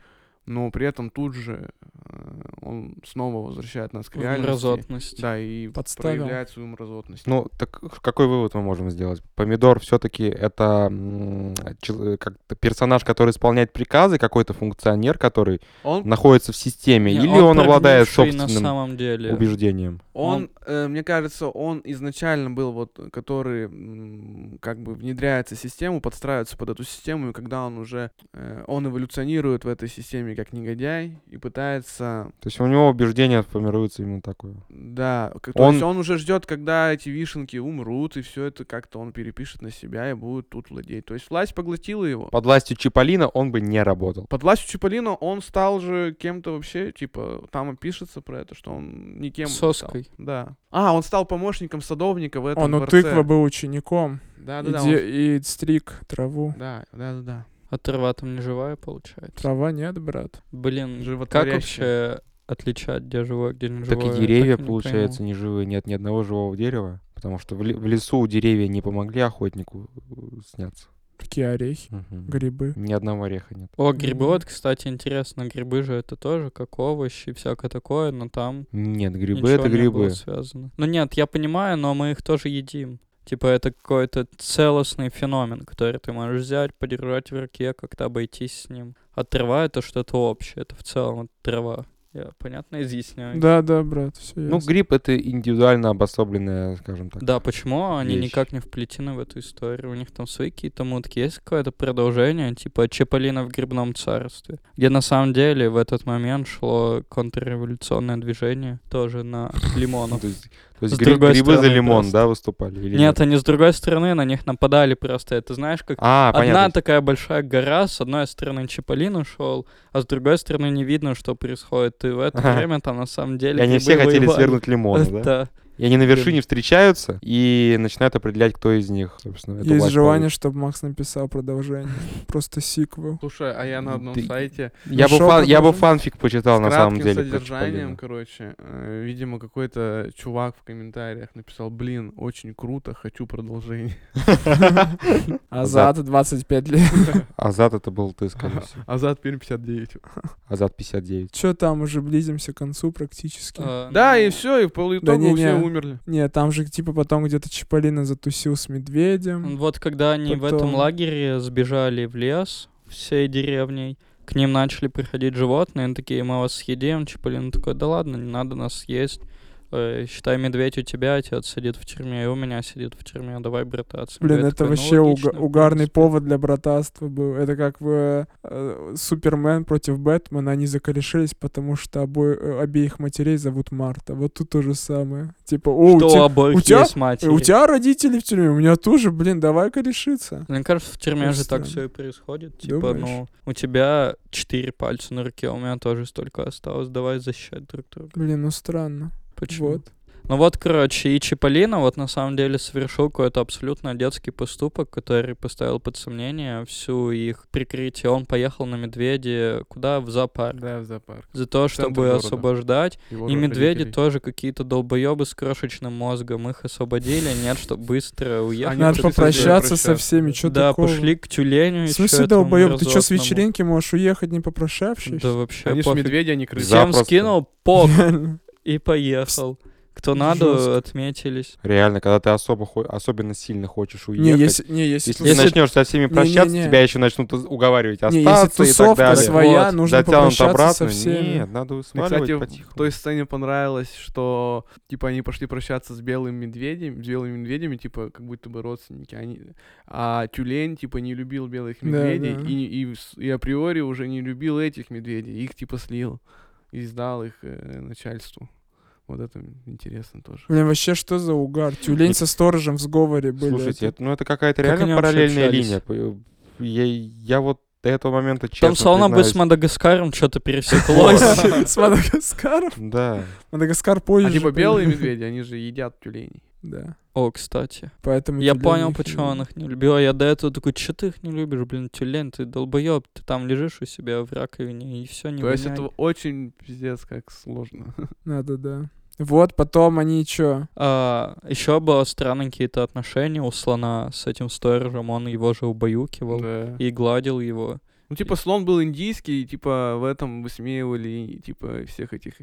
S2: Но при этом тут же э, он снова возвращает нас к
S4: В
S2: реальности.
S4: мразотность.
S2: Да, и
S1: Подставил.
S2: проявляет свою мразотность.
S3: Ну, так какой вывод мы можем сделать? Помидор все-таки это м, чел- э, как персонаж, который исполняет приказы, какой-то функционер, который
S2: он
S3: находится в системе,
S4: Не,
S3: или он, обладает
S4: прогнивший на
S3: собственным
S4: самом деле.
S3: убеждением?
S2: Он, э, мне кажется, он изначально был вот, э, который м, как бы внедряется в систему, подстраивается под эту систему, и когда он уже, э, он эволюционирует в этой системе как негодяй и пытается,
S3: То есть у него убеждение формируется именно такое.
S2: да, к- то
S3: Он-
S2: есть он уже ждет, когда эти вишенки умрут, и все это как-то он перепишет на себя и будет тут владеть. То есть власть поглотила его.
S3: Под властью Чиполлино он бы не работал.
S2: Под властью Чиполлино он стал же кем-то вообще, типа, там и пишется про это, что он никем не стал.
S4: Соской.
S2: Да. А, он стал помощником садовника в этом
S1: Он у
S2: дворце.
S1: ну тыква был учеником.
S2: Да,
S1: И
S2: да, да.
S1: де- И стриг траву.
S2: Да, да, да, да.
S4: А трава там не живая получается.
S1: Трава нет, брат.
S4: Блин, как
S2: Животворящая.
S4: вообще отличать, где живое, где не живое?
S3: так
S4: я
S3: и деревья,
S4: не
S3: получается, не живые. Нет ни одного живого дерева, потому что в, ли- в лесу деревья не помогли охотнику э, сняться.
S1: Такие орехи,
S3: Мгм.
S1: грибы.
S3: Ни одного ореха нет.
S4: пойму. О, грибы,
S1: Мгм.
S4: вот, кстати, интересно, грибы же это тоже как овощи и всякое такое, но там
S3: Нет, грибы
S4: ничего
S3: это
S4: не
S3: грибы.
S4: было связано. Ну нет, я понимаю, но мы их тоже едим. Типа это какой-то целостный феномен, который ты можешь взять, подержать в руке, как-то обойтись с ним. А трава это что-то общее, это в целом вот трава. Я понятно изъясняю?
S1: Да, да, брат, все
S3: Ну, гриб это индивидуально обособленная, скажем так.
S4: Да, почему они
S3: типа. вещь.
S4: никак не вплетены в эту историю? У них там свои какие-то мутки. Есть какое-то продолжение, типа Чаполина в грибном царстве, где на самом деле в этот момент шло контрреволюционное движение тоже на лимонов.
S3: То есть То есть
S4: С
S3: гри-
S4: другой
S3: грибы за
S4: стороны
S3: лимон,
S4: просто.
S3: да, выступали? Или
S4: Нет, они с другой стороны на них нападали просто. Это знаешь, как
S3: А,
S4: Одна
S3: понятно.
S4: такая большая гора, с одной стороны Чиполлин ушел, а с другой стороны не видно, что происходит. И в это
S3: Ага.
S4: время там на самом
S3: И
S4: деле...
S3: они
S4: грибы
S3: все хотели
S4: воевали.
S3: свернуть лимон, да?
S4: Да.
S3: И они на вершине встречаются и начинают определять, кто из них, собственно, эту
S1: Есть
S3: власть
S1: желание, чтобы Макс написал продолжение. Просто сиквел.
S2: Слушай, а я на одном
S3: Ты-
S2: сайте
S3: получит. Я бы,
S1: Нашёл
S3: фан- я
S1: продолжение?
S3: бы фанфик почитал
S2: с
S3: на самом
S2: кратким
S3: деле. про
S2: содержанием,
S3: Чиполлино.
S2: короче, э, видимо, какой-то чувак в комментариях написал, блин, очень круто, хочу продолжение.
S3: А
S1: Азат 25 лет.
S3: Азат это был ты, скорее всего.
S2: А за теперь 59.
S3: Азат 59.
S1: Че там, уже близимся к концу практически.
S4: Э,
S2: Да,
S4: ну,
S2: и все, и по итогу все
S1: не-не.
S2: умерли.
S1: Не, там же типа потом где-то Чиполлино затусил с медведем.
S4: Вот когда они в этом
S1: Потом-
S4: лагере сбежали в лес всей деревней, к ним начали приходить животные, они такие, мы вас съедим. Чиполлин такой, да ладно, не надо нас съесть. Э, считай, медведь у тебя, отец сидит в тюрьме, и у меня сидит в тюрьме, давай брататься.
S1: Блин,
S4: Медведь
S1: это
S4: такой, «Ну,
S1: вообще
S4: логично,
S1: уга-
S4: в
S1: угарный
S4: принципе».
S1: повод для братаства был. Это как в э, Супермен против Бэтмена. Они закорешились, потому что обои- э, обеих матерей зовут Марта. Вот тут то же самое. Типа, о, у,
S4: Что у
S1: тебя,
S4: обоих
S1: у тебя-
S4: есть матери.
S1: э, у тебя родители в тюрьме, у меня тоже, блин, давай-ка решиться.
S4: Мне кажется, в тюрьме же
S1: Странно.
S4: так все и происходит. Типа,
S1: Думаешь?
S4: ну, у тебя четыре пальца на руке, у меня тоже столько осталось, давай защищать друг друга.
S1: Блин, ну странно.
S4: Почему?
S1: Вот.
S4: Ну вот, короче, и Чиполлино вот на самом деле совершил какой-то абсолютно детский поступок, который поставил под сомнение всю их прикрытие. Он поехал на медведе куда? В зоопарк.
S2: Да, в зоопарк.
S4: За то,
S2: центр
S4: чтобы
S2: города.
S4: освобождать
S2: Его
S4: и медведи
S2: родителей.
S4: тоже какие-то долбоебы с крошечным мозгом. Их освободили, нет, чтобы быстро уехать.
S2: Они
S1: Надо
S2: пошли
S1: попрощаться со
S2: прощаться.
S1: всеми, что
S4: да,
S1: такого?
S4: пошли к тюленю.
S1: В
S4: ещё
S1: смысле,
S4: этому
S1: долбоеб, ты что, с
S4: мерзотному.
S1: вечеринки можешь уехать, не попрощавшись?
S4: Да вообще
S2: Они ж
S4: пофиг.
S2: медведи, они крысы.
S3: За-
S4: Всем
S3: Запросто.
S4: скинул, пок,
S1: Реально.
S4: и поехал. Кто надо,
S1: Жестко.
S4: отметились.
S3: Реально, когда ты особо, хо- особенно сильно хочешь уехать,
S1: Не, если, не, если,
S3: если,
S1: тус-
S3: ты
S4: Если-
S3: начнешь со всеми
S1: Не-не-не.
S3: прощаться, тебя еще начнут уз- уговаривать
S1: не, если
S3: остаться и так
S1: тусовка
S3: далее.
S1: своя,
S4: Вот.
S1: нужно
S3: Затянут
S1: попрощаться
S3: обратно.
S1: со всеми.
S3: Нет, надо
S2: Мне,
S3: сваливать
S2: кстати,
S3: потихоньку.
S2: в той сцене понравилось, что типа они пошли прощаться с белым медведем, с белыми медведями, типа как будто бы родственники. Они, а тюлень типа не любил белых
S1: Да,
S2: медведей
S1: да.
S2: И, и с- и априори уже не любил этих медведей, их типа слил и сдал их э, начальству. Вот это интересно тоже.
S1: Блин, вообще что за угар?
S4: Э,
S1: Тюлень со сторожем в сговоре были.
S3: Слушайте,
S1: это-
S3: это- ну это какая-то
S4: Как они
S3: реально
S4: вообще
S3: параллельная
S4: общались?
S3: линия. П- Я, я вот до этого момента честно
S4: Там словно бы
S3: признаюсь-
S4: с Мадагаскаром что-то пересеклось.
S1: типа, С Мадагаскаром.
S3: Да.
S1: Мадагаскар позже.
S2: А типа
S1: же
S2: белые
S1: появился.
S2: медведи, они же едят тюленей.
S1: Да.
S4: О, кстати.
S1: Поэтому
S4: Я
S1: тюлень
S4: понял,
S1: их
S4: почему
S1: не
S4: он
S1: любит.
S4: их не любил. Я до этого такой, че ты их не любишь, блин, тюлень, ты долбоеб, ты там лежишь у себя в раковине, и все не
S2: То есть
S4: воняй».
S2: это очень пиздец как сложно.
S1: Надо, да. Вот, потом они чё?
S4: еще А, было странные какие-то отношения у слона с этим сторожем, он его же убаюкивал
S2: Да.
S4: и гладил его.
S2: Ну, типа, слон был индийский, и, типа, в этом высмеивали, и, типа, всех этих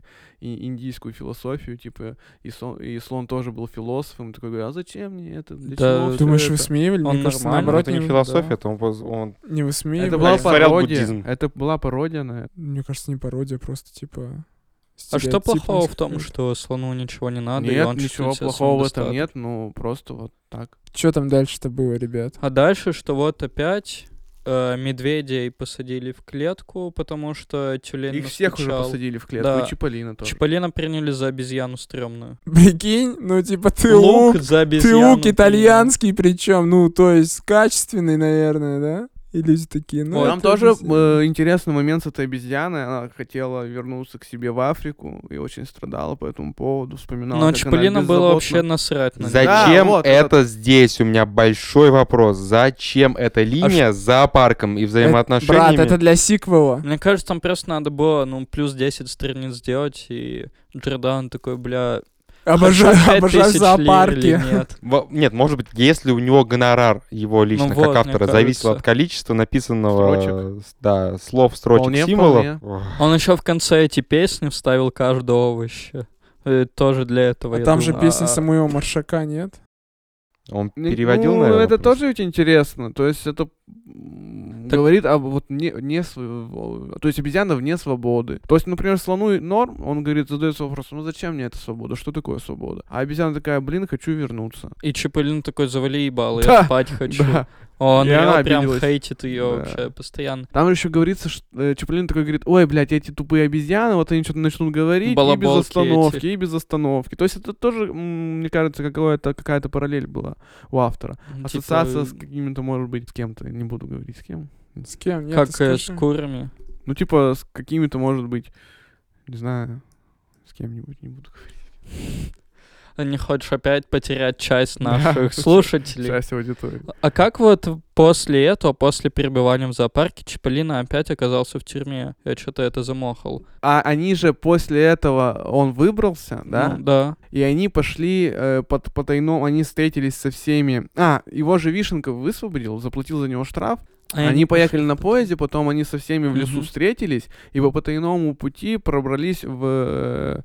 S2: и- индийскую философию, типа, и слон, и слон тоже был философом, такой, говорит, а зачем мне это, для
S4: Да,
S2: чего всё
S1: Думаешь,
S2: это?»
S1: высмеивали?
S4: Он
S1: Мне кажется,
S4: нормально,
S1: наоборот,
S3: это не
S1: не-
S3: философия, это он, воз- он-
S1: да. Не высмеивали.
S2: Это была
S3: Олицетворял
S2: пародия,
S3: буддизм.
S2: это была пародия на это.
S1: Мне кажется, не пародия, просто типа... Э,
S4: А что
S1: стереотип
S4: плохого в
S1: несколько.
S4: том, что слону ничего не надо, А, и
S2: нет,
S4: он
S2: ничего
S4: чувствует себя
S2: плохого в этом
S4: самодостаточным?
S2: нет, ну, просто вот так.
S1: Чё там дальше-то было, ребят?
S4: А дальше, что вот опять э, медведей посадили в клетку, потому что тюлень
S2: Их всех уже
S4: настучал.
S2: посадили в клетку,
S4: Да.
S2: и Чиполлина тоже.
S4: Чиполлина приняли за обезьяну стрёмную.
S1: Прикинь, ну типа ты лук,
S4: за
S1: ты
S4: обезьяну.
S1: лук
S4: приняли.
S1: итальянский причем, ну то есть качественный, наверное, да? И люди такие, ну
S2: Там
S1: это
S2: тоже
S1: обезьяна.
S2: э, интересный момент с этой обезьяной. Она хотела вернуться к себе в Африку и очень страдала по этому поводу, вспоминала,
S4: Но
S2: как Ну, она
S4: Чиполлина было
S2: беззаботно
S4: вообще насрать на неё.
S3: Зачем
S2: Да, вот
S3: это здесь? У меня большой вопрос. Зачем эта линия с зоопарком и взаимоотношениями?
S1: Брат, это для сиквела.
S4: Мне кажется, там просто надо было, ну, плюс 10 страниц сделать, и Джордан такой, бля...
S1: Обожаю,
S4: хотя пять
S1: обожаю
S4: тысяч лир или
S1: зоопарки.
S4: нет.
S3: Во- Нет, может быть, если у него гонорар его лично
S4: вот,
S3: как
S4: мне
S3: автора зависел
S4: кажется.
S3: от количества написанного
S2: Строчек.
S3: с- да, слов, строчек,
S2: Вполне,
S3: символов.
S4: Он еще в конце эти песни вставил каждое овощи. Э, Тоже для этого,
S1: А
S4: я
S1: там же
S4: думаю.
S1: песни
S2: а-
S1: Самуила Маршака, нет?
S3: Он
S2: Ну,
S3: переводил,
S2: ну,
S3: наверное,
S2: это
S3: просто.
S2: тоже ведь интересно. То есть это м,
S4: Так-
S2: говорит об вот не, не св- то есть обезьяна вне свободы. То есть, например, слону и норм, он говорит, задается вопросом, ну зачем мне эта свобода, что такое свобода? А обезьяна такая, блин, хочу вернуться.
S4: И Чиполлин такой, завали ебало,
S2: Да,
S4: я спать хочу.
S2: Да.
S4: Он
S2: И
S4: её
S2: она
S4: прям
S2: обиделась.
S4: хейтит ее
S2: Да.
S4: вообще постоянно.
S2: Там еще говорится, что э, Чаплин такой говорит, ой, блядь, эти тупые обезьяны, вот они что-то начнут говорить, и без
S4: Балаболки
S2: остановки,
S4: эти.
S2: и без остановки. То есть это тоже, м, мне кажется, какое-то, какая-то параллель была у автора.
S4: Типа,
S2: Ассоциация с какими-то, может быть, с кем-то, не буду говорить с кем.
S1: С кем? Нет,
S4: как
S1: ты
S4: э, с
S1: скажи.
S4: курами.
S2: Ну, типа, с какими-то, может быть, не знаю, с кем-нибудь не буду говорить.
S4: Не хочешь опять потерять часть
S2: Да.
S4: наших слушателей.
S2: Часть аудитории.
S4: А как вот после этого, после пребывания в зоопарке, Чиполлино опять оказался в тюрьме? Я что-то это замохал.
S2: А они же после этого, он выбрался, да?
S4: Ну, да.
S2: И они пошли э, под потайном, они встретились со всеми. А, его же Вишенко высвободил, заплатил за него штраф.
S4: А я
S2: они
S4: не-
S2: поехали на поезде, потом они со всеми в лесу
S4: Мгм.
S2: встретились и по потайному пути пробрались в, э,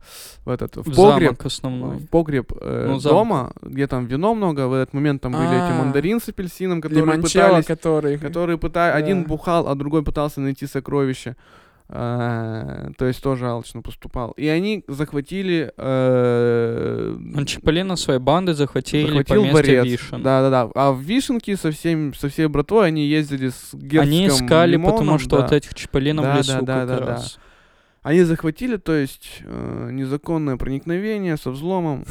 S2: в этот в
S4: в
S2: погреб.
S4: замок основной.
S2: В погреб э,
S4: Ну, замок.
S2: дома, где там вино много, в этот момент там были эти
S1: А.
S2: мандарин с апельсином, которые
S1: Лимончелло,
S2: пытались,
S1: который...
S2: которые пытались, один
S1: Да.
S2: бухал, а другой пытался найти сокровища, А, то есть тоже алчно поступал. И они захватили э,
S4: Он Ну, Чиполлино своей банды захватили
S2: захватил
S4: поместье
S2: дворец.
S4: Вишен.
S2: Да, да, да. А в Вишенке со, всем, со всей братой они ездили с герцогом
S4: Они искали,
S2: Лимоном,
S4: потому что
S2: да.
S4: вот этих Чиполлино
S2: Да,
S4: в
S2: да,
S4: лесу
S2: да,
S4: как
S2: да, да.
S4: раз.
S2: Они захватили, то есть э, незаконное проникновение со взломом.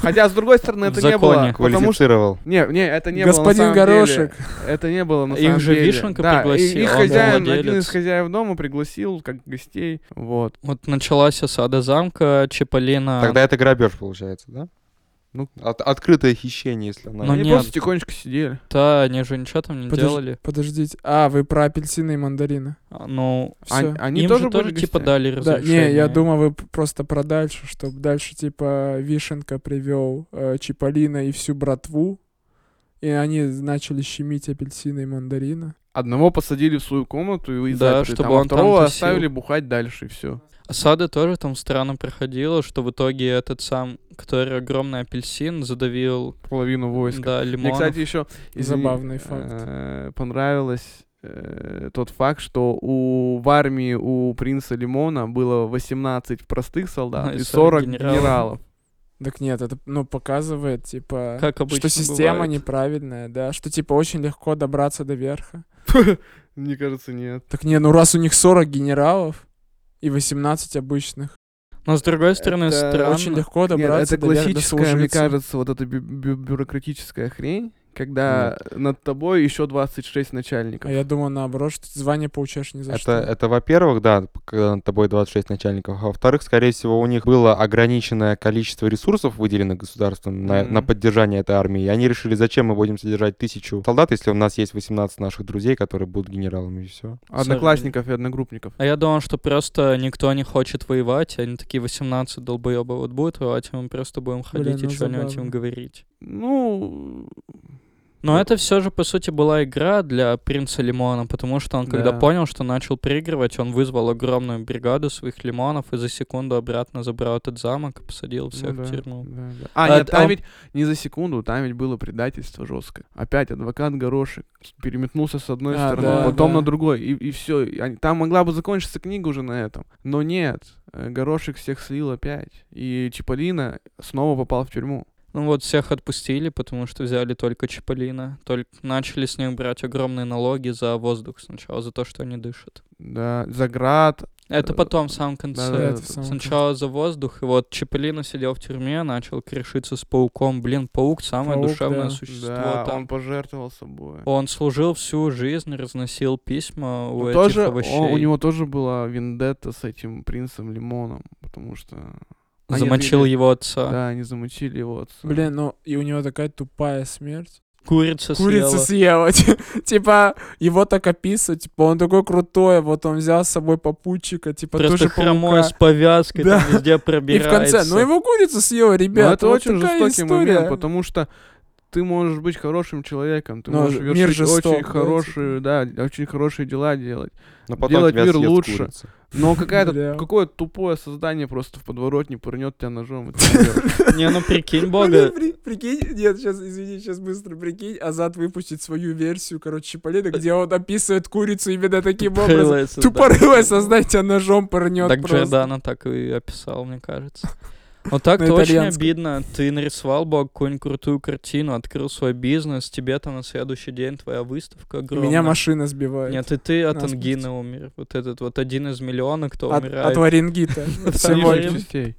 S2: Хотя, с другой стороны,
S4: В
S2: это не было.
S4: законе.
S2: Потому что...
S3: Квалифицировал.
S2: Не, не, это не
S1: Господин
S2: было на самом деле.
S1: Горошек.
S2: Это не было на
S4: Их
S2: самом
S4: же
S2: деле.
S4: Вишенка
S2: да, и-
S4: пригласил,
S2: их
S4: он
S2: хозяин,
S4: владелец.
S2: один из хозяев дома пригласил как гостей. Вот.
S4: Вот началась осада замка, Чиполлино...
S3: Тогда это грабеж получается, да?
S2: Ну.
S3: От- открытое хищение, если она...
S4: Ну,
S2: они
S4: нет.
S2: просто тихонечко сидели.
S4: Да, они же ничего там не
S1: Подож-
S4: делали.
S1: Подождите. А, вы про апельсины и мандарины.
S4: А, Ну,
S2: А-
S1: Все.
S2: они
S4: им
S2: тоже
S4: же
S2: были
S4: тоже типа
S2: гостями?
S4: дали
S1: Да,
S4: разрешение.
S1: не, я думал, вы п- просто про дальше, чтобы дальше, типа, Вишенка привел Чиполлино и всю братву, и они начали щемить апельсины и мандарины.
S2: Одного посадили в свою комнату и
S4: Да,
S2: заперли
S4: чтобы
S2: там, а
S4: он там
S2: второго
S4: тусил.
S2: оставили бухать дальше, и все.
S4: Осада тоже там странно проходила, что в итоге этот сам, который огромный апельсин, задавил
S2: Половину войска.
S4: да,
S2: Мне,
S4: лимон.
S2: кстати, еще
S1: Забавный факт.
S2: понравилось э, тот факт, что у в армии у принца Лимона было 18 простых солдат
S4: Ну, И
S2: и
S4: 40
S2: 40
S4: генералов.
S2: генералов.
S1: Так нет, это, ну, показывает, типа,
S4: Как обычно
S1: что система
S4: бывает.
S1: неправильная, да, что, типа, очень легко добраться до верха.
S2: Мне кажется, нет.
S1: Так не, ну раз у них 40 генералов и 18 обычных,
S4: Но с другой стороны,
S2: Это
S4: странно.
S1: очень легко
S2: Нет,
S1: добраться
S2: это
S1: до верха, до
S2: классическая, мне
S1: служицы.
S2: кажется, вот эта бю- бю- бюрократическая хрень, когда над тобой еще 26 начальников.
S1: А я думал, наоборот, что ты звание получаешь ни за
S3: Это,
S1: что.
S3: это, во-первых, да, когда над тобой 26 начальников. А во-вторых, скорее всего, у них было ограниченное количество ресурсов, выделенных государством на, на
S2: Мгм.
S3: поддержание этой армии. И они решили, зачем мы будем содержать тысячу солдат, если у нас есть 18 наших друзей, которые будут генералами, и все.
S2: Одноклассников и одногруппников.
S4: А я думал, что просто никто не хочет воевать, и они такие 18 долбоеба вот будут воевать, и мы просто будем ходить
S1: ну
S4: и что-нибудь им
S1: забавно.
S4: говорить.
S2: Ну,
S4: Но это все же, по сути, была игра для принца Лимона, потому что он, когда
S2: Да.
S4: понял, что начал проигрывать, он вызвал огромную бригаду своих лимонов и за секунду обратно забрал этот замок и посадил всех
S2: ну
S1: Ну
S2: да,
S4: в тюрьму.
S2: да, да. А,
S4: А,
S2: нет,
S4: д-
S2: там
S4: а-
S2: ведь не за секунду, там ведь было предательство жесткое. Опять адвокат Горошек переметнулся с одной
S1: А,
S2: стороны,
S1: да,
S2: потом
S1: да.
S2: на другой, и, и все. там могла бы закончиться книга уже на этом. Но нет, э, Горошек всех слил опять. И Чиполлино снова попал в тюрьму.
S4: Ну вот всех отпустили, потому что взяли только Чиполлино. Только начали с них брать огромные налоги за воздух сначала, за то, что они дышат.
S2: Да, Заград.
S4: Это
S2: Э,
S4: потом, в самом конце.
S2: да,
S1: это в самом
S4: сначала за воздух, и вот Чиполлино сидел в тюрьме, начал крешиться с пауком. Блин, паук — самое
S1: Паук,
S4: душевное
S1: да.
S4: существо
S2: да,
S4: там.
S2: он пожертвовал собой.
S4: Он служил всю жизнь, разносил письма у
S2: Но
S4: этих
S2: тоже, он-
S4: овощей.
S2: у него тоже была вендетта с этим принцем Лимоном, потому что... А, нет,
S4: Замочил
S2: или-
S4: его
S1: А.
S4: отца.
S2: Да, они замочили его отца.
S1: Блин, ну и у него такая тупая смерть.
S4: Курица,
S1: Курица
S4: съела.
S1: съела. Типа, его так описывают, типа, он такой крутой, вот он взял с собой попутчика, типа,
S4: Просто
S1: тоже
S4: хромой,
S1: паука.
S4: с повязкой,
S1: Да.
S4: там везде
S1: И в
S4: пробирается.
S1: конце, ну его курица съела,
S2: Но
S1: ребят.
S2: это
S1: вот
S2: очень
S1: такая
S2: жестокий
S1: история.
S2: момент, потому что ты можешь быть хорошим человеком, ты
S1: Но
S2: можешь
S1: мир
S2: вершить
S1: жесток, да,
S2: очень
S1: типа.
S2: хорошие, да, очень хорошие дела делать.
S3: Но потом
S2: Делать
S3: тебя
S2: мир
S3: съест
S2: лучше.
S3: курица.
S2: Но какая-то
S1: Бля.
S2: какое-то тупое создание просто в подворотне пырнет тебя ножом. и ты умрёшь.
S4: Не, ну прикинь,
S1: Блин,
S4: бога.
S1: при- прикинь, нет, сейчас, извини, сейчас быстро прикинь, Азат выпустит свою версию, короче, Чиполлина, где он описывает курицу именно таким образом.
S4: Тупорылая
S1: Тупорылое создание тебя ножом порнет
S4: Так
S1: просто.
S4: Джордана так и описал, мне кажется. Но так-то
S1: На
S4: очень
S1: итальянском.
S4: обидно. Ты нарисовал бы какую-нибудь крутую картину, открыл свой бизнес, тебе там на следующий день твоя выставка
S1: И
S4: огромная.
S1: Меня машина сбивает.
S4: Нет, и ты от
S1: насмерть.
S4: ангины умер. Вот этот вот один из миллиона, кто
S1: от,
S4: умирает.
S1: от ларингита.
S4: От
S1: Сегодня.
S4: ларингита.
S2: частей.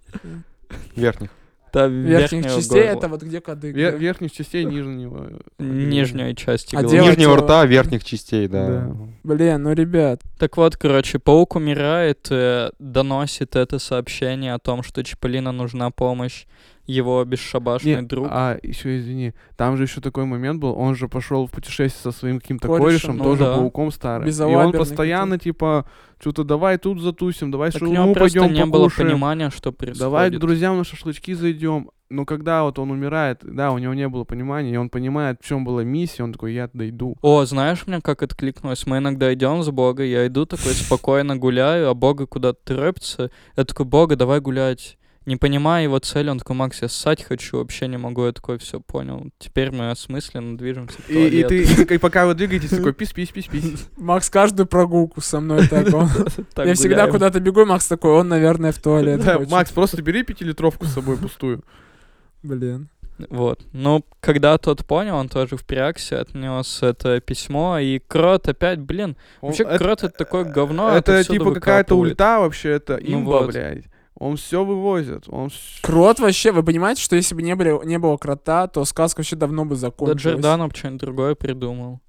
S3: Верхних.
S4: Та
S1: Верхних
S4: верхнего
S1: частей
S4: горла.
S1: это вот где кадык.
S2: Ве-
S1: да?
S2: Верхних частей нижнего.
S4: Нижней части
S1: А
S4: головы.
S1: делать
S3: Нижнего
S1: его-
S3: рта, верхних частей, да.
S2: Да.
S1: Блин, ну ребят,
S4: Так вот, короче, паук умирает, э, доносит это сообщение о том, что Чиполлино нужна помощь его бесшабашный
S2: Не,
S4: друг.
S2: А, еще извини, там же еще такой момент был, он же пошел в путешествие со своим каким-то
S1: Корешем,
S2: корешем,
S4: ну
S2: тоже
S4: да.
S2: пауком старым. И он
S1: Безалаберный
S2: постоянно, типа, что-то давай тут затусим, давай
S4: Так у него
S2: шаурму
S4: просто
S2: пойдем
S4: не было
S2: «Ну, покушаем,
S4: понимания, что происходит.
S2: давай к друзьям на шашлычки зайдем. Но когда вот он умирает, да, у него не было понимания, и он понимает, в чем была миссия, он такой, я дойду.
S4: О, знаешь, мне как откликнулось? Мы иногда идем с Бога, я иду такой спокойно гуляю, а Бога куда-то торопится. Я такой, Бога, давай гулять. Не понимая его цели, он такой, Макс, я ссать хочу, вообще не могу. Я такой, все понял. Теперь мы осмысленно движемся к
S2: И, и
S4: туалету».
S2: ты, и ты- и пока вы двигаетесь, такой пис, пис, пис, пис.
S1: Макс каждую прогулку со мной так. он-
S4: Так
S1: Я всегда
S4: гуляем.
S1: куда-то бегу, и Макс такой, он, наверное, в туалет.
S2: Да,
S1: хочет».
S2: Макс, просто бери пятилитровку с собой пустую.
S1: Блин.
S4: Вот. Но когда тот понял, он тоже впрягся, отнес это письмо, и крот опять, блин,
S2: Он-
S4: вообще
S2: Ну, это- э,
S4: крот это такое
S1: а
S4: говно,
S2: это
S4: отовсюду
S2: типа какая-то
S4: выкапывает.
S2: ульта вообще, это
S4: Ну
S2: имба,
S4: вот.
S2: блядь. Он все вывозит, он всё-
S1: Крот вообще, вы понимаете, что если бы не, были, не было крота, то сказка вообще давно бы
S4: Да
S1: закончилась.
S4: Джорданов что-нибудь другое придумал.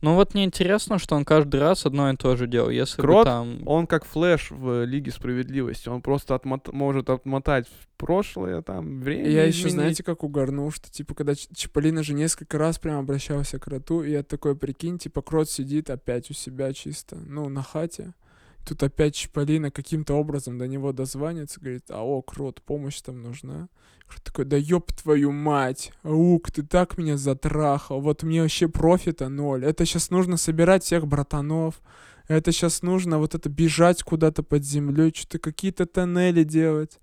S4: Ну вот мне интересно, что он каждый раз одно и то же делал. Если бы
S2: Крот,
S4: там...
S2: Он как флэш в э, Лиге Справедливости. Он просто отмот- может отмотать в прошлое там время.
S1: И Я еще,
S2: изменить.
S1: знаете, как угорнул, что, типа, когда Ч- Чиполлино же несколько раз прям обращался к кроту, и я такой, прикинь, типа, крот сидит опять у себя чисто, ну, на хате. Тут опять Чиполлино каким-то образом до него дозвонится, говорит, о, крот, помощь там нужна. Крот такой, да ёб твою мать, ук, ты так меня затрахал, вот мне вообще профита ноль, это сейчас нужно собирать всех братанов, это сейчас нужно вот это бежать куда-то под землей, что-то какие-то тоннели делать.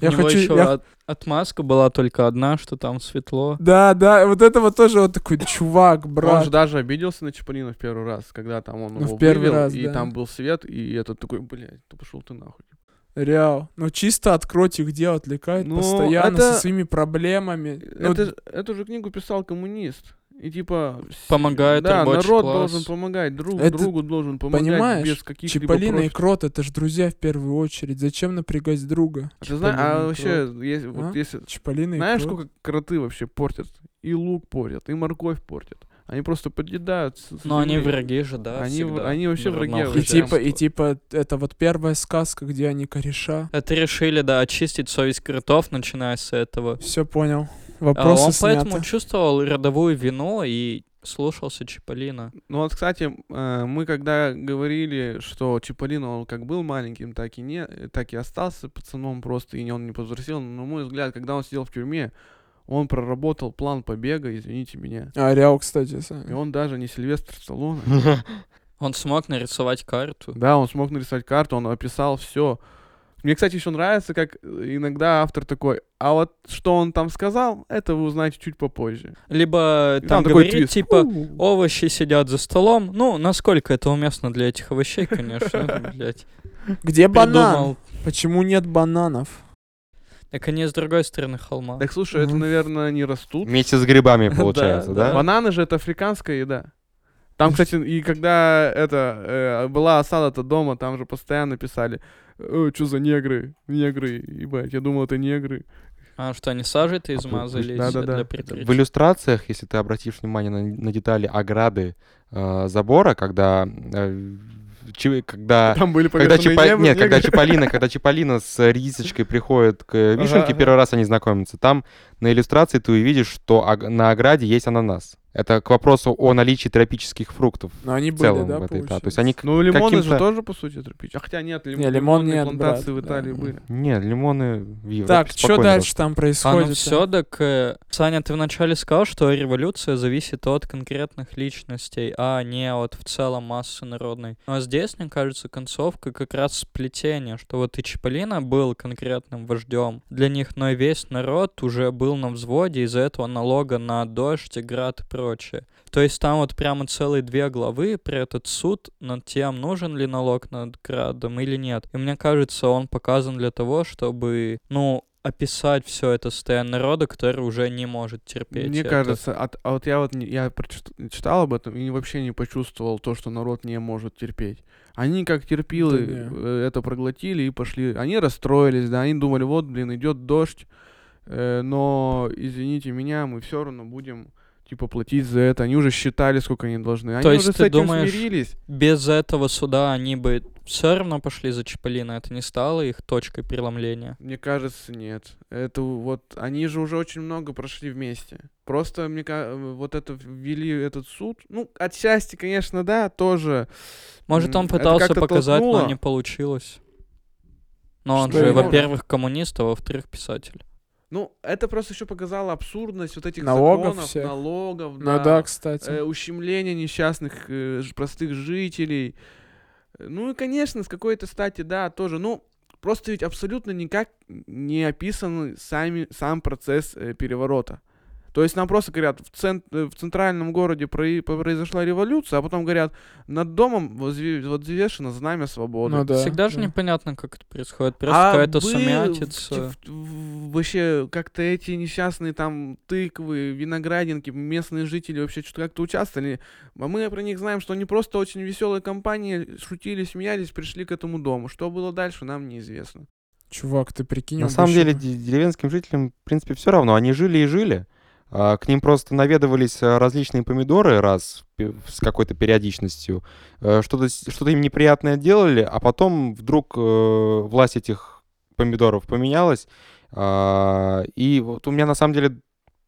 S4: у него еще от- отмазка была только одна, что там светло.
S1: Да, да, вот это вот тоже вот такой чувак,
S2: Он
S1: брат.
S2: же даже обиделся на Чаполина в первый раз, когда там он
S1: Ну,
S2: его
S1: в первый
S2: вывел,
S1: раз,
S2: и
S1: да.
S2: там был свет, и этот такой, блядь, да пошел ты нахуй.
S1: Реал. Ну чисто от кротих дел отвлекает
S2: Ну,
S1: постоянно
S2: это-
S1: со своими проблемами. Ну,
S2: Это ж- Эту же книгу писал коммунист. И типа... с-
S4: Помогает
S2: Да,
S4: рабочий
S2: народ
S4: класс.
S2: должен помогать, друг
S1: Это-
S2: другу должен помогать
S1: понимаешь,
S2: без каких-либо
S1: Чиполлино и
S2: профит-
S1: Крот это же друзья в первую очередь. Зачем напрягать друга?
S2: А Ты знаешь, а
S1: Чиполлино и Крот.
S2: вообще, если-
S1: А?
S2: вот если
S1: Чиполлино и
S2: Знаешь,
S1: Крот.
S2: сколько кроты вообще портят? И лук портят, и морковь портят. Они просто подъедают. с- с
S4: Но они
S2: земли.
S4: враги же, да,
S2: Они в-
S4: всегда.
S2: они вообще враги,
S4: Народного
S1: И
S2: хуя
S1: типа,
S4: хозяйства.
S1: и типа, это вот первая сказка, где они кореша.
S4: Это решили, да, очистить совесть кротов, начиная с этого.
S1: Все понял.
S4: А
S1: Вопросы
S4: он
S1: сняты.
S4: поэтому чувствовал родовую вину и слушался Чиполлино.
S2: Ну вот, кстати, э, мы когда говорили, что Чиполлино, он как был маленьким, так и не, так и остался пацаном просто, и не- он не повзрослел. Но, на мой взгляд, когда он сидел в тюрьме, он проработал план побега, извините меня.
S1: А, Реал, кстати, с-
S2: И он даже не Сильвестр Сталлоне.
S4: Он смог нарисовать карту.
S2: Да, он смог нарисовать карту, он описал все. Мне, кстати, еще нравится, как э, иногда автор такой, а вот что он там сказал, это вы узнаете чуть попозже.
S4: Либо
S2: И
S4: там,
S2: такой
S4: говорит,
S2: твист.
S4: типа,
S2: «У».
S4: овощи сидят за столом. Ну, насколько это уместно для этих овощей, конечно, блядь.
S1: Где банан?
S4: Придумал.
S1: Почему нет бананов?
S4: Так они с другой стороны холма.
S2: Так слушай, это,
S1: Мгм.
S2: наверное, не растут.
S3: Вместе с грибами,
S4: Да,
S3: получается,
S4: да.
S3: да?
S2: Бананы же это африканская еда. Там, кстати, и когда это э, была осада-то дома, там же постоянно писали, что за негры, негры, ебать, я думал, это негры.
S4: А что, они сажей-то измазались
S2: Да-да-да.
S4: для
S3: В
S4: прикрытия?
S3: иллюстрациях, если ты обратишь внимание на, на детали ограды э, забора, когда... э, чи- когда
S2: Там были
S3: когда,
S2: повернутые
S3: Чипа-
S2: негры-
S3: Нет, когда
S2: негры.
S3: Чиполлино, когда Чиполлино с редисочкой приходит к э,
S2: Ага,
S3: вишенке,
S2: ага.
S3: первый раз они знакомятся. Там на иллюстрации ты увидишь, что ог- на ограде есть ананас. Это к вопросу о наличии тропических фруктов
S1: Но Ну, они
S3: в
S1: были,
S3: целом
S1: да,
S3: в этой, да. То есть
S1: получается?
S3: они... к-
S2: Ну, лимоны же
S3: каким-то-
S2: тоже, по сути, тропические. А хотя нет, лим-
S1: Не, лимон
S2: лимонные
S1: нет,
S2: плантации
S1: брат,
S2: в Италии
S1: да.
S2: были.
S3: Нет, лимоны в Европе
S1: Так, что
S3: спокойно
S1: дальше там
S4: А
S1: происходит?
S4: ну все, так, э, Саня, ты вначале сказал, что революция зависит от конкретных личностей, а не от в целом массы народной. Но здесь, мне кажется, концовка как раз сплетение, что вот и Чиполлино был конкретным вождем для них, но и весь народ уже был на взводе из-за этого налога на дождь, и град и прочее. То есть там вот прямо целые две главы про этот суд над тем, нужен ли налог над градом или нет. И мне кажется, он показан для того, чтобы, ну, описать все это состояние народа, который уже не может терпеть.
S2: Мне
S4: это.
S2: кажется, от- а вот я вот не- я прочит- читал об этом и вообще не почувствовал то, что народ не может терпеть. Они как терпилы
S1: Да не.
S2: э, это проглотили и пошли. Они расстроились, да, они думали, вот, блин, идет дождь, э, но извините меня, мы все равно будем типа платить за это. Они уже считали, сколько они должны. Они
S4: То есть
S2: уже с
S4: ты
S2: этим
S4: думаешь,
S2: смирились.
S4: Без этого суда они бы все равно пошли за Чаполина. Это не стало их точкой преломления.
S2: Мне кажется, нет. Это вот они же уже очень много прошли вместе. Просто мне ка- вот это ввели этот суд. Ну, отчасти, конечно, да, тоже.
S4: Может,
S2: М,
S4: он
S2: это
S4: пытался
S2: как-то
S4: показать, но
S2: толкнуло.
S4: не получилось. Но он
S2: Что
S4: же,
S2: не может.
S4: во-первых, коммунист, а во-вторых, писатель.
S2: Ну, это просто еще показало абсурдность вот этих
S1: Налогов
S2: законов,
S1: всех.
S2: налогов,
S1: Ну
S2: да,
S1: да, кстати.
S2: э, ущемление несчастных э, ж- простых жителей. Э, Ну и, конечно, с какой-то стати, да, тоже. Ну, просто ведь абсолютно никак не описан сами, сам процесс э, переворота. То есть нам просто говорят, в, цен- э, в центральном городе прои- произошла революция, а потом говорят, над домом возве- возвешено знамя свободы.
S1: ну да.
S4: Всегда же
S1: да.
S4: непонятно, как это происходит. Просто
S2: А
S4: какая-то
S2: был
S4: сумятица.
S2: в- в- в- Вообще, как-то эти несчастные там тыквы, виноградинки, местные жители вообще что-то как-то участвовали. А мы про них знаем, что они просто очень веселые компании, шутили, смеялись, пришли к этому дому. Что было дальше, нам неизвестно.
S1: Чувак, ты прикинь.
S3: На
S1: он
S3: самом
S1: вообще-
S3: деле де- деревенским жителям, в принципе, все равно. Они жили и жили. А, К ним просто наведывались а, различные помидоры раз в пе- с какой-то периодичностью. Э, Что-то, с- что-то им неприятное делали, а потом вдруг э, власть этих помидоров поменялась. А, И вот у меня на самом деле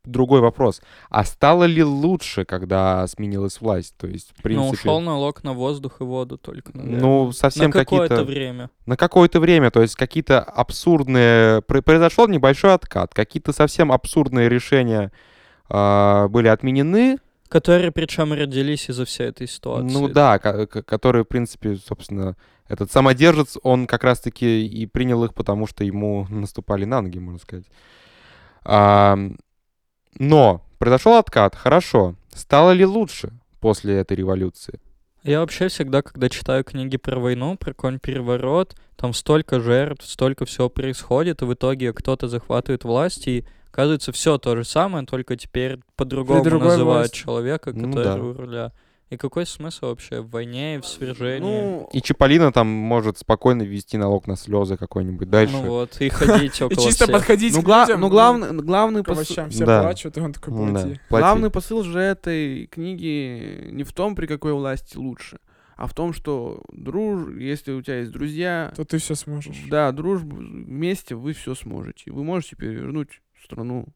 S3: другой вопрос. А стало ли лучше, когда сменилась власть? То есть, в принципе...
S4: Но ушел Ну, налог на воздух и воду только. наверное.
S3: Ну, совсем
S4: э, на какое-то
S3: какие-то...
S4: время.
S3: на какое-то время, то есть какие-то абсурдные... пр- Произошел небольшой откат, какие-то совсем абсурдные решения а, были отменены,
S4: Которые причем родились из-за всей этой ситуации.
S3: ну да, ко- ко- которые, в принципе, собственно, этот самодержец, он как раз-таки и принял их, потому что ему наступали на ноги, можно сказать. А, но произошел откат, хорошо. Стало ли лучше после этой революции?
S4: Я вообще всегда, когда читаю книги про войну, про какой-нибудь переворот, там столько жертв, столько всего происходит, и в итоге кто-то захватывает власть, и оказывается все то же самое, только теперь по-другому
S1: При другой
S4: называют
S1: власти.
S4: человека,
S3: Ну
S4: который
S3: да.
S4: у руля. И какой смысл вообще в войне и в свержении?
S2: Ну,
S3: И Чиполлино там может спокойно ввести налог на слезы какой-нибудь дальше.
S4: Ну вот, и ходить
S1: И
S4: около
S1: чисто
S4: всех.
S1: подходить
S2: ну,
S1: к
S2: гла-
S1: людям,
S2: ну, главный, главный
S1: к
S2: посыл...
S1: овощам все
S3: Да.
S1: плачут, и он такой,
S3: М-да,
S1: плати.
S3: плати.
S2: Главный посыл же этой книги не в том, при какой власти лучше, а в том, что друж... если у тебя есть друзья,
S1: То ты все сможешь.
S2: Да, дружбу, вместе вы все сможете. Вы можете перевернуть страну